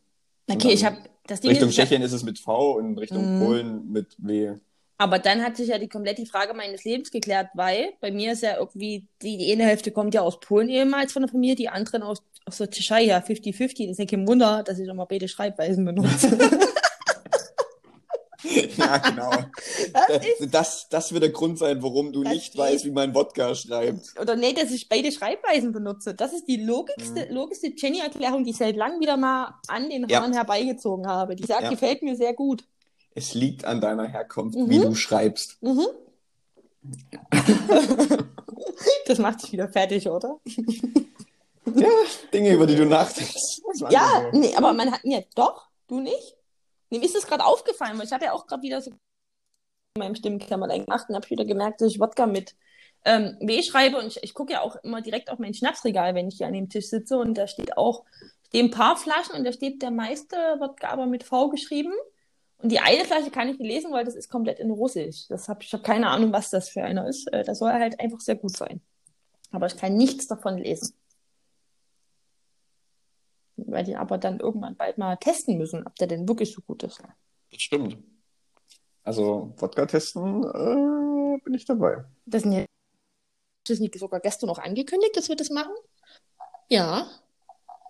Okay, ich habe das Ding
Richtung
ist, ich hab-
Tschechien ist es mit V und Richtung
Mhm.
Polen mit W.
aber dann hat sich ja die komplett die Frage meines Lebens geklärt, weil bei mir ist ja irgendwie die, die eine Hälfte kommt ja aus Polen ehemals von der Familie, die anderen aus, aus der Tschechei, ja 50-50. Das ist ja kein Wunder, dass ich immer beide Schreibweisen benutze.
ja, genau.
Das ist,
Das, das, das wird der Grund sein, warum du
Das
nicht
ist-
weißt, wie man Wodka schreibt.
oder nee, dass ich beide Schreibweisen benutze. Das ist die logischste, logischste Jenny-Erklärung, die ich seit langem wieder mal an den
Mhm. Ja.
Haaren herbeigezogen habe. Die sagt,
Ja.
gefällt mir sehr gut.
Es liegt an deiner Herkunft,
Mhm.
wie du schreibst.
Mhm. das macht dich wieder fertig, oder?
Dinge, über die du nachdenkst. Das war
Ja,
so.
nee, aber man hat, ja, doch, du nicht? Nee, mir ist das gerade aufgefallen, weil ich habe ja auch gerade wieder so in meinem Stimmkämmerlein gemacht und habe wieder gemerkt, dass ich Wodka mit ähm, W schreibe und ich, ich gucke ja auch immer direkt auf mein Schnapsregal, wenn ich hier an dem Tisch sitze und da steht auch, stehen ein paar Flaschen und da steht der meiste Wodka aber mit V geschrieben. Und die eine Flasche kann ich nicht lesen, weil das ist komplett in Russisch. Das hab, ich habe keine Ahnung, was das für einer ist. Äh, Das soll halt einfach sehr gut sein. Aber ich kann nichts davon lesen. Wir werden ihn aber dann irgendwann bald mal testen müssen, ob der denn wirklich so gut ist.
Das stimmt. Also, Wodka testen, äh, bin ich dabei.
Das ist nicht, das ist nicht sogar gestern noch angekündigt, dass wir das machen. Ja.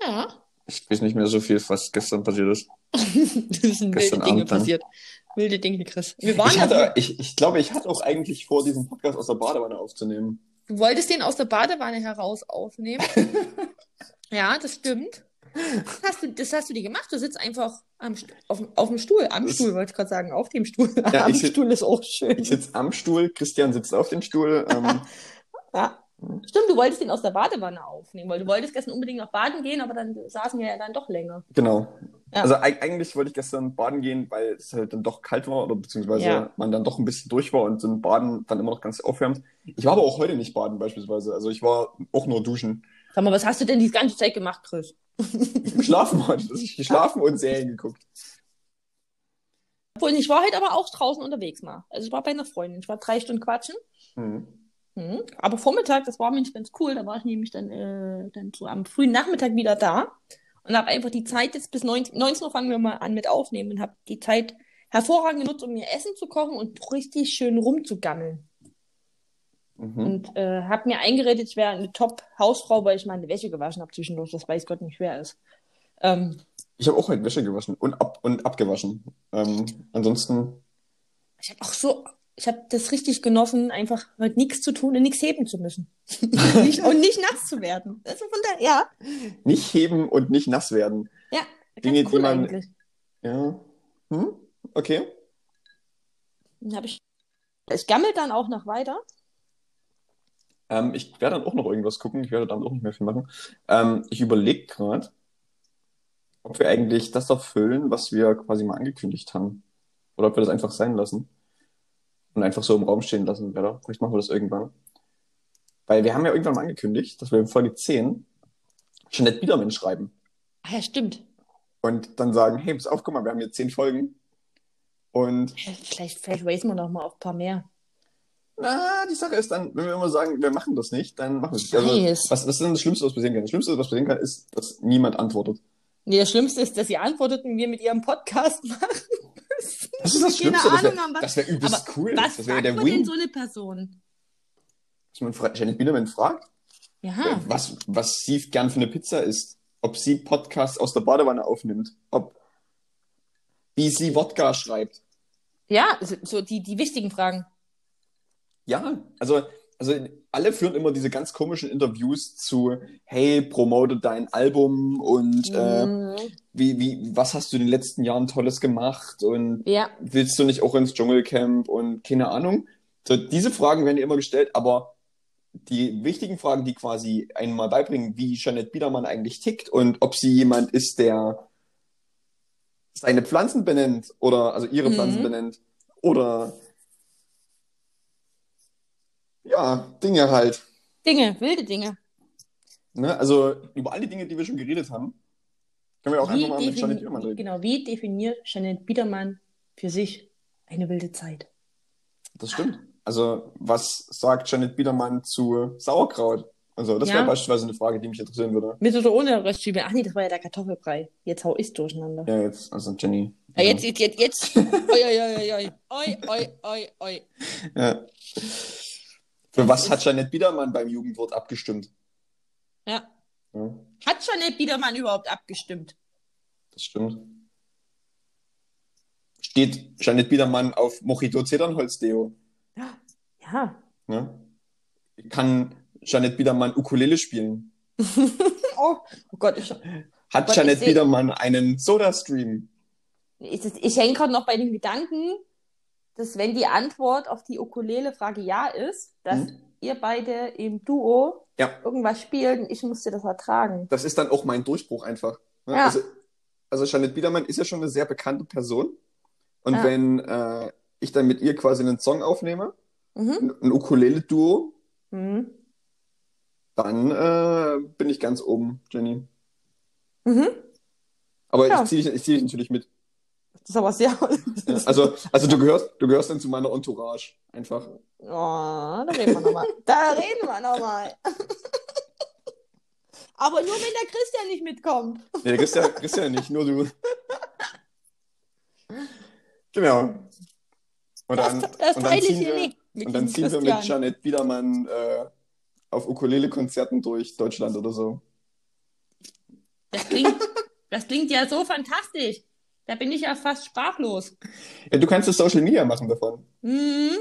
Ja.
Ich weiß nicht mehr so viel, was gestern passiert ist.
das sind wilde
Gestern
Dinge
Abend dann.
passiert. Wilde Dinge, Chris. Wir waren
ich,
ja,
hatte, ich, ich glaube, ich hatte auch eigentlich vor, diesen Podcast aus der Badewanne aufzunehmen.
du wolltest den aus der Badewanne heraus aufnehmen. ja, das stimmt. Das hast, du, das hast du dir gemacht. Du sitzt einfach Am, Stu- auf, dem- auf dem Stuhl, am
Das-
Stuhl wollte ich gerade sagen, auf dem Stuhl.
Ja,
am
ich sit-
Stuhl ist auch schön.
Ich sitze am Stuhl, Christian sitzt auf dem Stuhl. Ähm,
Ja. Stimmt, du wolltest den aus der Badewanne aufnehmen, weil du wolltest gestern unbedingt noch baden gehen, aber dann saßen wir ja dann doch länger.
genau.
Ja.
Also eig eigentlich wollte ich gestern baden gehen, weil es halt dann doch kalt war oder beziehungsweise
Ja.
man dann doch ein bisschen durch war und so ein Baden dann immer noch ganz aufwärmt. Ich war aber auch heute nicht baden beispielsweise. Also ich war auch nur duschen.
Sag mal, was hast du denn die ganze Zeit gemacht, Chris?
Geschlafen heute. Ich geschlafen und Serien geguckt.
Obwohl, ich war heute aber auch draußen unterwegs mal. Also ich war bei einer Freundin, ich war drei Stunden quatschen.
Hm.
Mhm. Aber Vormittag, das war nämlich ganz cool, da war ich nämlich dann, äh, dann so am frühen Nachmittag wieder da und habe einfach die Zeit jetzt bis 19, 19 Uhr fangen wir mal an mit aufnehmen und habe die Zeit hervorragend genutzt, um mir Essen zu kochen und richtig schön rumzugammeln.
Mhm.
Und äh, habe mir eingeredet, ich wäre eine Top-Hausfrau, weil ich meine Wäsche gewaschen habe zwischendurch, das weiß Gott nicht, wer ist. Ähm,
Ich habe auch heute Wäsche gewaschen und, ab und abgewaschen. Ähm, ansonsten,
ich habe auch so, ich habe das richtig genossen, einfach heute nichts zu tun und nichts heben zu müssen. nicht, und nicht nass zu werden. Also von daher, ja.
nicht heben und nicht nass werden.
Ja, ganz
Dinge, die
cool
man-
eigentlich.
Ja. Hm? Okay.
Dann habe ich. Ich gammel dann auch noch weiter.
Ähm, ich werde dann auch noch irgendwas gucken. Ich werde dann auch nicht mehr viel machen. Ähm, ich überlege gerade, ob wir eigentlich das erfüllen, was wir quasi mal angekündigt haben. Oder ob wir das einfach sein lassen. Und einfach so im Raum stehen lassen, oder? Vielleicht machen wir das irgendwann. Weil wir haben ja irgendwann mal angekündigt, dass wir in Folge 10 Jeanette Biedermann schreiben.
Ah ja, stimmt.
Und dann sagen, hey, pass auf, guck mal, wir haben jetzt 10 Folgen. Und
Vielleicht, vielleicht raisen wir noch mal auf ein paar mehr.
Na, die Sache ist dann, wenn wir immer sagen, wir machen das nicht, dann machen wir es nicht.
Scheiß.
Also, was, was ist denn das Schlimmste, was passieren kann? Das Schlimmste, was passieren kann, ist, dass niemand antwortet.
Nee, das Schlimmste ist, dass sie antworteten, wir mit ihrem Podcast machen.
Das ist das
Keine
Schlimmste. Das
Ahnung,
wäre
aber-
wär übelst cool.
Was
das wäre der
sagt man
Win,
denn so eine Person?
dass man fra- Janet Biedermann fragt, äh,
Ja,
was, was sie gern für eine Pizza isst, ob sie Podcasts aus der Badewanne aufnimmt, ob wie sie Wodka schreibt.
ja so- so die, die wichtigen Fragen.
Ja, also, also alle führen immer diese ganz komischen Interviews zu, hey, promote dein Album und äh,
Mhm.
wie, wie, was hast du in den letzten Jahren Tolles gemacht und
ja,
willst du nicht auch ins Dschungelcamp und keine Ahnung. So, diese Fragen werden dir immer gestellt, aber die wichtigen Fragen, die quasi einem mal beibringen, wie Jeanette Biedermann eigentlich tickt und ob sie jemand ist, der seine Pflanzen benennt oder also ihre
Mhm.
Pflanzen benennt oder ja, Dinge halt.
Dinge, wilde Dinge.
Ne? Also über alle Dinge, die wir schon geredet haben, können wir auch einfach mal mit
defini-
Jeanette Biedermann reden.
genau, wie definiert Janet Biedermann für sich eine wilde Zeit?
Das stimmt. Also, was sagt Janet Biedermann zu Sauerkraut? Also, das
Ja.
wäre beispielsweise eine Frage, die mich interessieren würde.
Mit oder ohne Röstzwiebeln? Ach nee, das war ja der Kartoffelbrei. Jetzt hau ich durcheinander.
Ja, jetzt, also Jenny.
Ja, jetzt, jetzt, jetzt, jetzt. Oi, oi, oi, oi, oi, oi, oi, oi.
Ja. Für was hat Janet Biedermann beim Jugendwort abgestimmt?
Ja.
Ja,
Hat Jeanette Biedermann überhaupt abgestimmt?
das stimmt. Steht Janet Biedermann auf Mojito Zedernholz-Deo?
Ja.
Ne? Kann Janet Biedermann Ukulele spielen?
Oh, oh Gott, ich,
Hat
Gott, ich
Janet
seh-
Biedermann einen Soda-Stream?
ich, ich hänge gerade noch bei dem Gedanken, dass wenn die Antwort auf die Ukulele-Frage ja ist, dass ihr beide im Duo
Hm? Ja.
irgendwas spielt und ich musste das ertragen.
das ist dann auch mein Durchbruch einfach. Ne?
Ja.
Also, also Janet Biedermann ist ja schon eine sehr bekannte Person. Und
Ja.
wenn äh, ich dann mit ihr quasi einen Song aufnehme,
Mhm.
ein ein Ukulele-Duo,
Mhm.
dann äh, bin ich ganz oben, Jenny.
Mhm.
Aber
Ja.
ich ziehe dich, ich zieh dich natürlich mit.
Das ist aber sehr.
Ja, Also, also du gehörst, du gehörst dann zu meiner Entourage einfach.
Oh, da reden wir nochmal. Da reden wir nochmal. Aber nur wenn der Christian nicht mitkommt.
Nee, der Christian, Christian nicht, nur du. Genau. Und dann,
das
und
das
dann
teile ich
ziehen
hier
wir,
nicht. mit
Und dann
diesem
ziehen wir
Christian.
mit Janet Biedermann äh, auf Ukulele-Konzerten durch Deutschland oder so.
Das klingt, das klingt ja so fantastisch. Da bin ich ja fast sprachlos.
Ja, du kannst das Social Media machen davon.
Mhm.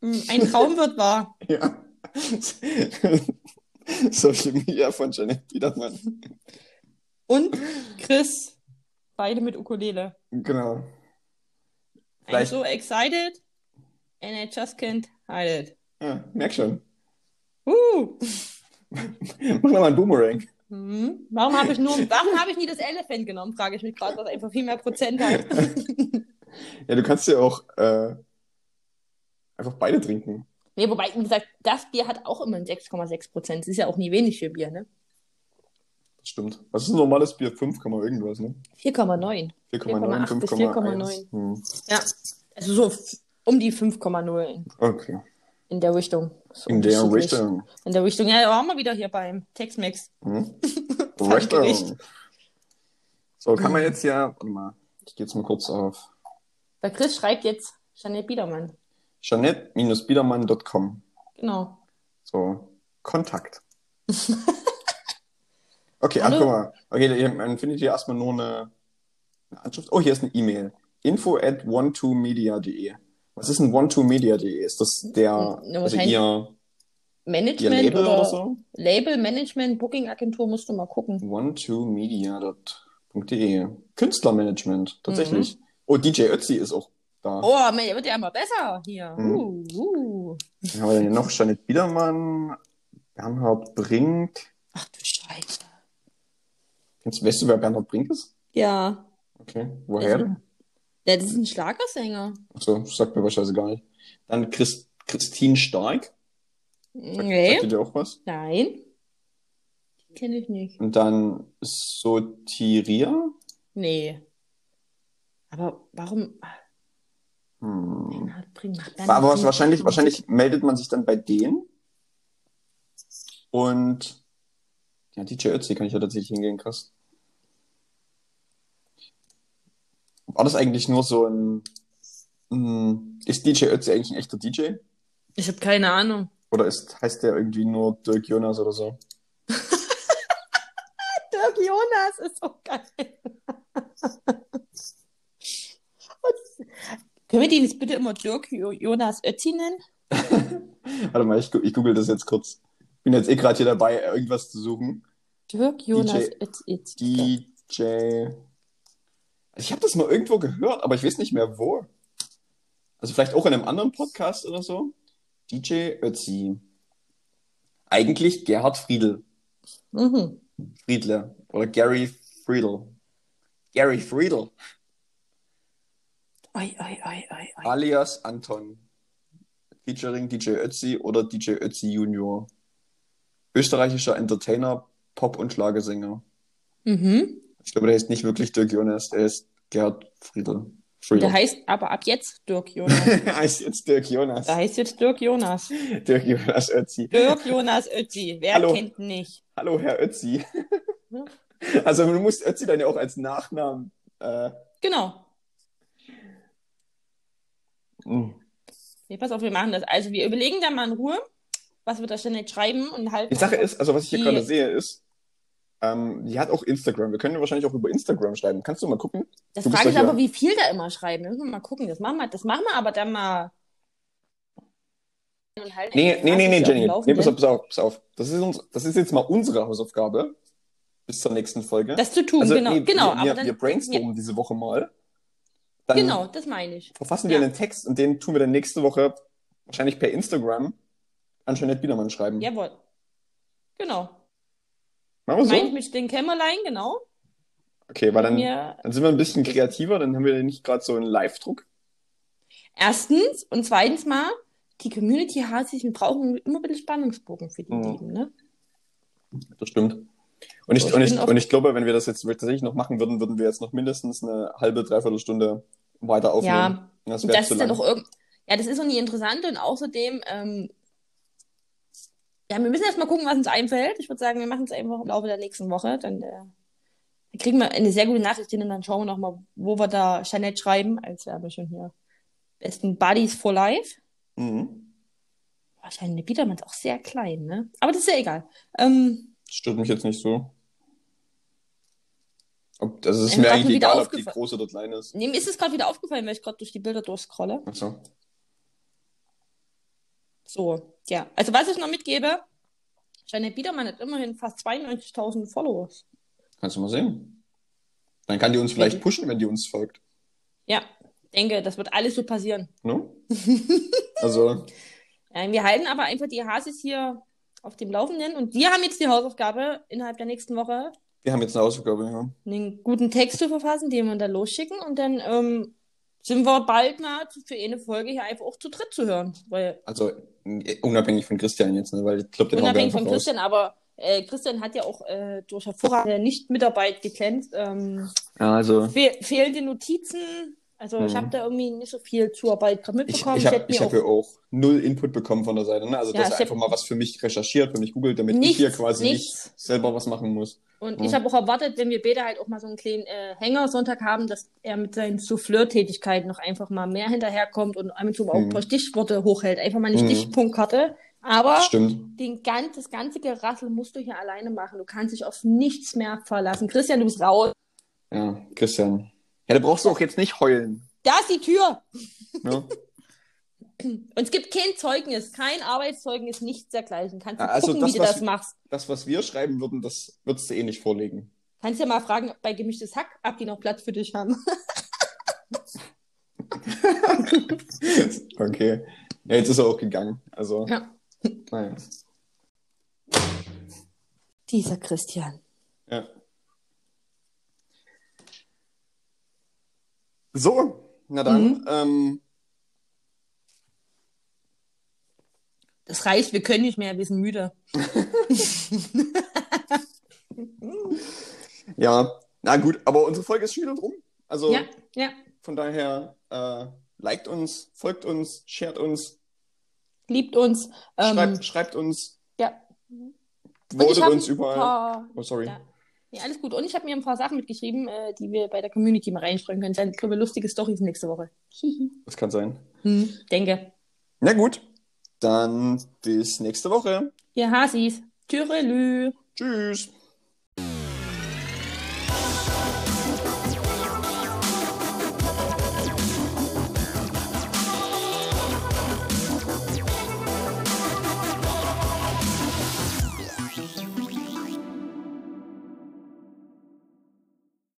Mhm, Ein Traum wird wahr.
Ja. Social Media von Janet Biedermann.
Und Chris Beide mit Ukulele.
Genau.
I'm
Vielleicht-
so excited and I just can't hide it.
Ja, merk schon.
Uh.
Mach nochmal einen Boomerang.
Hm. Warum habe ich nur, warum habe ich nie das Elephant genommen, frage ich mich gerade, was einfach viel mehr Prozent hat.
Ja, du kannst ja auch äh, einfach beide trinken.
Nee, wobei, wie gesagt, das Bier hat auch immer ein 6,6 Prozent. Das ist ja auch nie wenig für Bier, ne?
Das stimmt. Was ist ein normales Bier? 5, Komma irgendwas, ne?
4,9.
4,9,
4,8 bis
5,1. Hm.
Ja. Also so f- um die 5,0 in,
Okay.
in der Richtung. So
In der
unterschiedlich.
Richtung.
In der Richtung. Ja, da waren wir wieder hier beim Tex-Mex.
Hm?
Gericht.
Richtung. So, kann man jetzt ja. Warte mal. Ich gehe jetzt mal kurz auf
Der Chris schreibt jetzt Janette Biedermann.
janett-biedermann.com.
Genau.
So, Kontakt. Okay, ach,
Hallo?
guck mal. Okay, dann- dann findet ihr erstmal nur eine, eine Anschrift. Oh, hier ist eine E-Mail. Info at one2media.de. Was ist ein one2media.de? Ist das der,
Ja,
also
wahrscheinlich
ihr, ihr
Management
Label
oder,
oder so?
Label, Management, Booking-Agentur musst du mal gucken.
one2media.de. E. Künstlermanagement, tatsächlich. Oh, DJ Ötzi ist auch da.
Oh, man, der wird ja immer besser hier.
Mhm.
Uh, uh.
Dann haben wir denn hier noch Janet Biedermann, Bernhard Brink.
Ach du Scheiße.
Kennst, weißt du, wer Bernhard Brink ist?
Ja.
Okay, woher?
Also- ja, das ist ein Schlagersänger.
So, sagt mir wahrscheinlich gar nicht. Dann Christ, Christine Stark. Sagt,
Nee.
sagt ihr dir auch was?
Nein. Die kenne ich nicht.
Und dann Sotiria.
Nee. Aber warum?
Hm.
Bernhard Brink macht Bernhard
Aber was,
Brink
wahrscheinlich,
Musik?
wahrscheinlich meldet man sich dann bei denen. Und ja, DJ Ötzi kann ich ja tatsächlich hingehen, krass. War das eigentlich nur so ein. hm, Ist DJ Ötzi eigentlich ein echter DJ?
Ich habe keine Ahnung.
Oder ist, heißt der irgendwie nur Dirk Jonas oder so?
Dirk Jonas ist so geil. Können wir den jetzt bitte immer Dirk jo Jonas Ötzi nennen?
Warte mal, ich, gu- ich google das jetzt kurz. Bin jetzt eh gerade hier dabei, irgendwas zu suchen.
Dirk Jonas Ötzi. Ötzi.
DJ. Ich habe das mal irgendwo gehört, aber ich weiß nicht mehr wo. Also vielleicht auch in einem anderen Podcast oder so. DJ Ötzi. Eigentlich Gerhard Friedel.
Mhm.
Friedle. Oder Gary Friedel. Gary Friedel.
Oi, oi, oi, oi, oi.
Alias Anton. Featuring DJ Ötzi oder DJ Ötzi Junior. Österreichischer Entertainer, Pop- und Schlagersänger.
Mhm.
Ich glaube, der heißt nicht wirklich Dirk Jonas, der ist Gerhard Friedel. Friedel.
Der heißt aber ab jetzt Dirk Jonas.
Der heißt jetzt Dirk Jonas.
Der heißt jetzt Dirk Jonas.
Dirk Jonas Ötzi.
Dirk Jonas Ötzi. Wer
Hallo.
kennt ihn nicht?
Hallo, Herr Ötzi.
Ja.
Also du musst Ötzi dann ja auch als Nachnamen. Äh,
Genau. Mhm.
mh.
Nee, pass auf, wir machen das. Also wir überlegen dann mal in Ruhe, was wir da schnell jetzt schreiben und halten.
die Sache ist, also was ich hier
Die-
gerade sehe, ist, ähm, die hat auch Instagram. Wir können ja wahrscheinlich auch über Instagram schreiben. Kannst du mal gucken?
das
du bist
frage ich
doch hier-
aber, wie viel da immer schreiben. Da Müssen wir mal gucken. Das machen wir, das machen wir aber dann mal. Und halten
Nee,
einfach
nee, nee, nee,
fast auf dem
Jenny. Nee,
Laufenden.
pass auf, pass auf, pass auf. Das ist, uns, das ist jetzt mal unsere Hausaufgabe bis zur nächsten Folge.
Das zu tun,
also,
genau.
nee, wir,
genau, aber
wir,
dann,
wir brainstormen diese Woche mal. Dann
genau, das meine ich.
verfassen wir
Ja.
einen Text und den tun wir dann nächste Woche wahrscheinlich per Instagram an Jeanette Biedermann schreiben.
Jawohl. Genau.
Machen wir so?
Meint mit den Kämmerlein, genau.
Okay, weil dann,
Wir,
dann sind wir ein bisschen kreativer, dann haben wir nicht gerade so einen Live-Druck.
erstens und zweitens mal, die Community hat sich, wir brauchen immer ein bisschen Spannungsbogen für die
Mhm.
Lieben, ne?
Das stimmt. Und ich,
So, ich
und, ich,
bin auf-
und ich glaube, wenn wir das jetzt tatsächlich noch machen würden, würden wir jetzt noch mindestens eine halbe, dreiviertel Stunde weiter aufnehmen.
Ja.
Ja, das
Und
wäre
das
zu
ist dann
lang.
auch irgend. Ja, das ist auch nie interessant und außerdem, ähm, ja, wir müssen erst mal gucken, was uns einfällt. Ich würde sagen, wir machen es einfach im Laufe der nächsten Woche. Dann, äh, dann kriegen wir eine sehr gute Nachricht hin und dann schauen wir nochmal, wo wir da Jeanette schreiben, als wären wir schon hier. Besten Buddies for Life.
Mhm.
Wahrscheinlich Biedermann ist auch sehr klein, ne? Aber das ist ja egal. Ähm,
Das stört mich jetzt nicht so. Ob, das ist
Ähm,
mir
was mir
eigentlich
wieder
egal, ob die
aufgefa-
groß oder klein ist.
nee, mir ist es gerade wieder aufgefallen, weil ich gerade durch die Bilder durchscrolle.
Ach so.
So, ja. Also was ich noch mitgebe, Jeanette Biedermann hat immerhin fast 92.000 Followers.
Kannst du mal sehen. Dann kann die uns vielleicht pushen, wenn die uns folgt.
Ja, denke, das wird alles so passieren.
Ne? Also,
Ähm, wir halten aber einfach die Hasis hier auf dem Laufenden und wir haben jetzt die Hausaufgabe, innerhalb der nächsten Woche
wir haben jetzt eine Hausaufgabe, ja.
einen guten Text zu verfassen, den wir dann losschicken und dann ähm, sind wir bald mal für eine Folge hier einfach auch zu dritt zu hören. Weil
Also, äh, unabhängig von Christian jetzt, ne? Weil ich glaube, den hauen wir
unabhängig
einfach
von
raus.
Christian, aber äh, Christian hat ja auch äh, durch hervorragende Nichtmitarbeit geglänzt. Ähm,
Ja, also,
fe fehlende Notizen, also ich
Mhm.
habe da irgendwie nicht so viel Zuarbeit gerade
ich,
mitbekommen.
ich habe
hätte
ich
mir
hab ja auch null Input bekommen von der Seite, ne? Also,
Ja,
dass
ich
er
hab-
einfach mal was für mich recherchiert und nicht googelt, damit ich
nichts,
hier quasi nicht
nichts.
selber was machen muss.
Und
Mhm.
ich habe auch erwartet, wenn wir beide halt auch mal so einen kleinen äh, Hänger Sonntag haben, dass er mit seinen Souffleur-Tätigkeiten noch einfach mal mehr hinterherkommt und ab und zu auch ein paar Stichworte hochhält. Einfach mal eine
Mhm.
Stichpunktkarte. Aber
Stimmt.
den gan das ganze Gerassel musst du hier alleine machen. Du kannst dich auf nichts mehr verlassen. Christian, du bist raus.
Ja, Christian. Ja, da brauchst du auch jetzt nicht heulen.
Da ist die Tür.
Ne?
Und es gibt kein Zeugnis, kein Arbeitszeugnis, nichts dergleichen. Kannst du
Ja, also
gucken,
das,
wie du
was-
das machst.
Das, was wir schreiben würden, das würdest du eh nicht vorlegen.
Kannst ja mal fragen, ob bei gemischtes Hack, ob die noch Platz für dich haben.
okay. Ja, jetzt ist er auch gegangen. Also,
Ja.
naja.
Dieser Christian.
Ja. So, na dann.
Mhm.
Ähm,
Das reicht, wir können nicht mehr, wir sind müde.
ja, na gut, aber unsere Folge ist schon wieder drum. Also,
Ja, ja.
von daher, äh, liked uns, folgt uns, shared uns,
Liebt uns. Ähm,
schreibt, schreibt uns,
Ja. Und ich
votet
hab
uns
ein
überall.
paar...
Oh, sorry.
Ja. Nee, alles gut. Und ich habe mir ein paar Sachen mitgeschrieben, äh, die wir bei der Community mal reinstreuen können. Dann können wir lustige Storys nächste Woche. Hihi.
Das kann sein.
hm, denke.
Na gut, dann bis nächste Woche.
Ihr Hasis. Türelü.
Tschüss.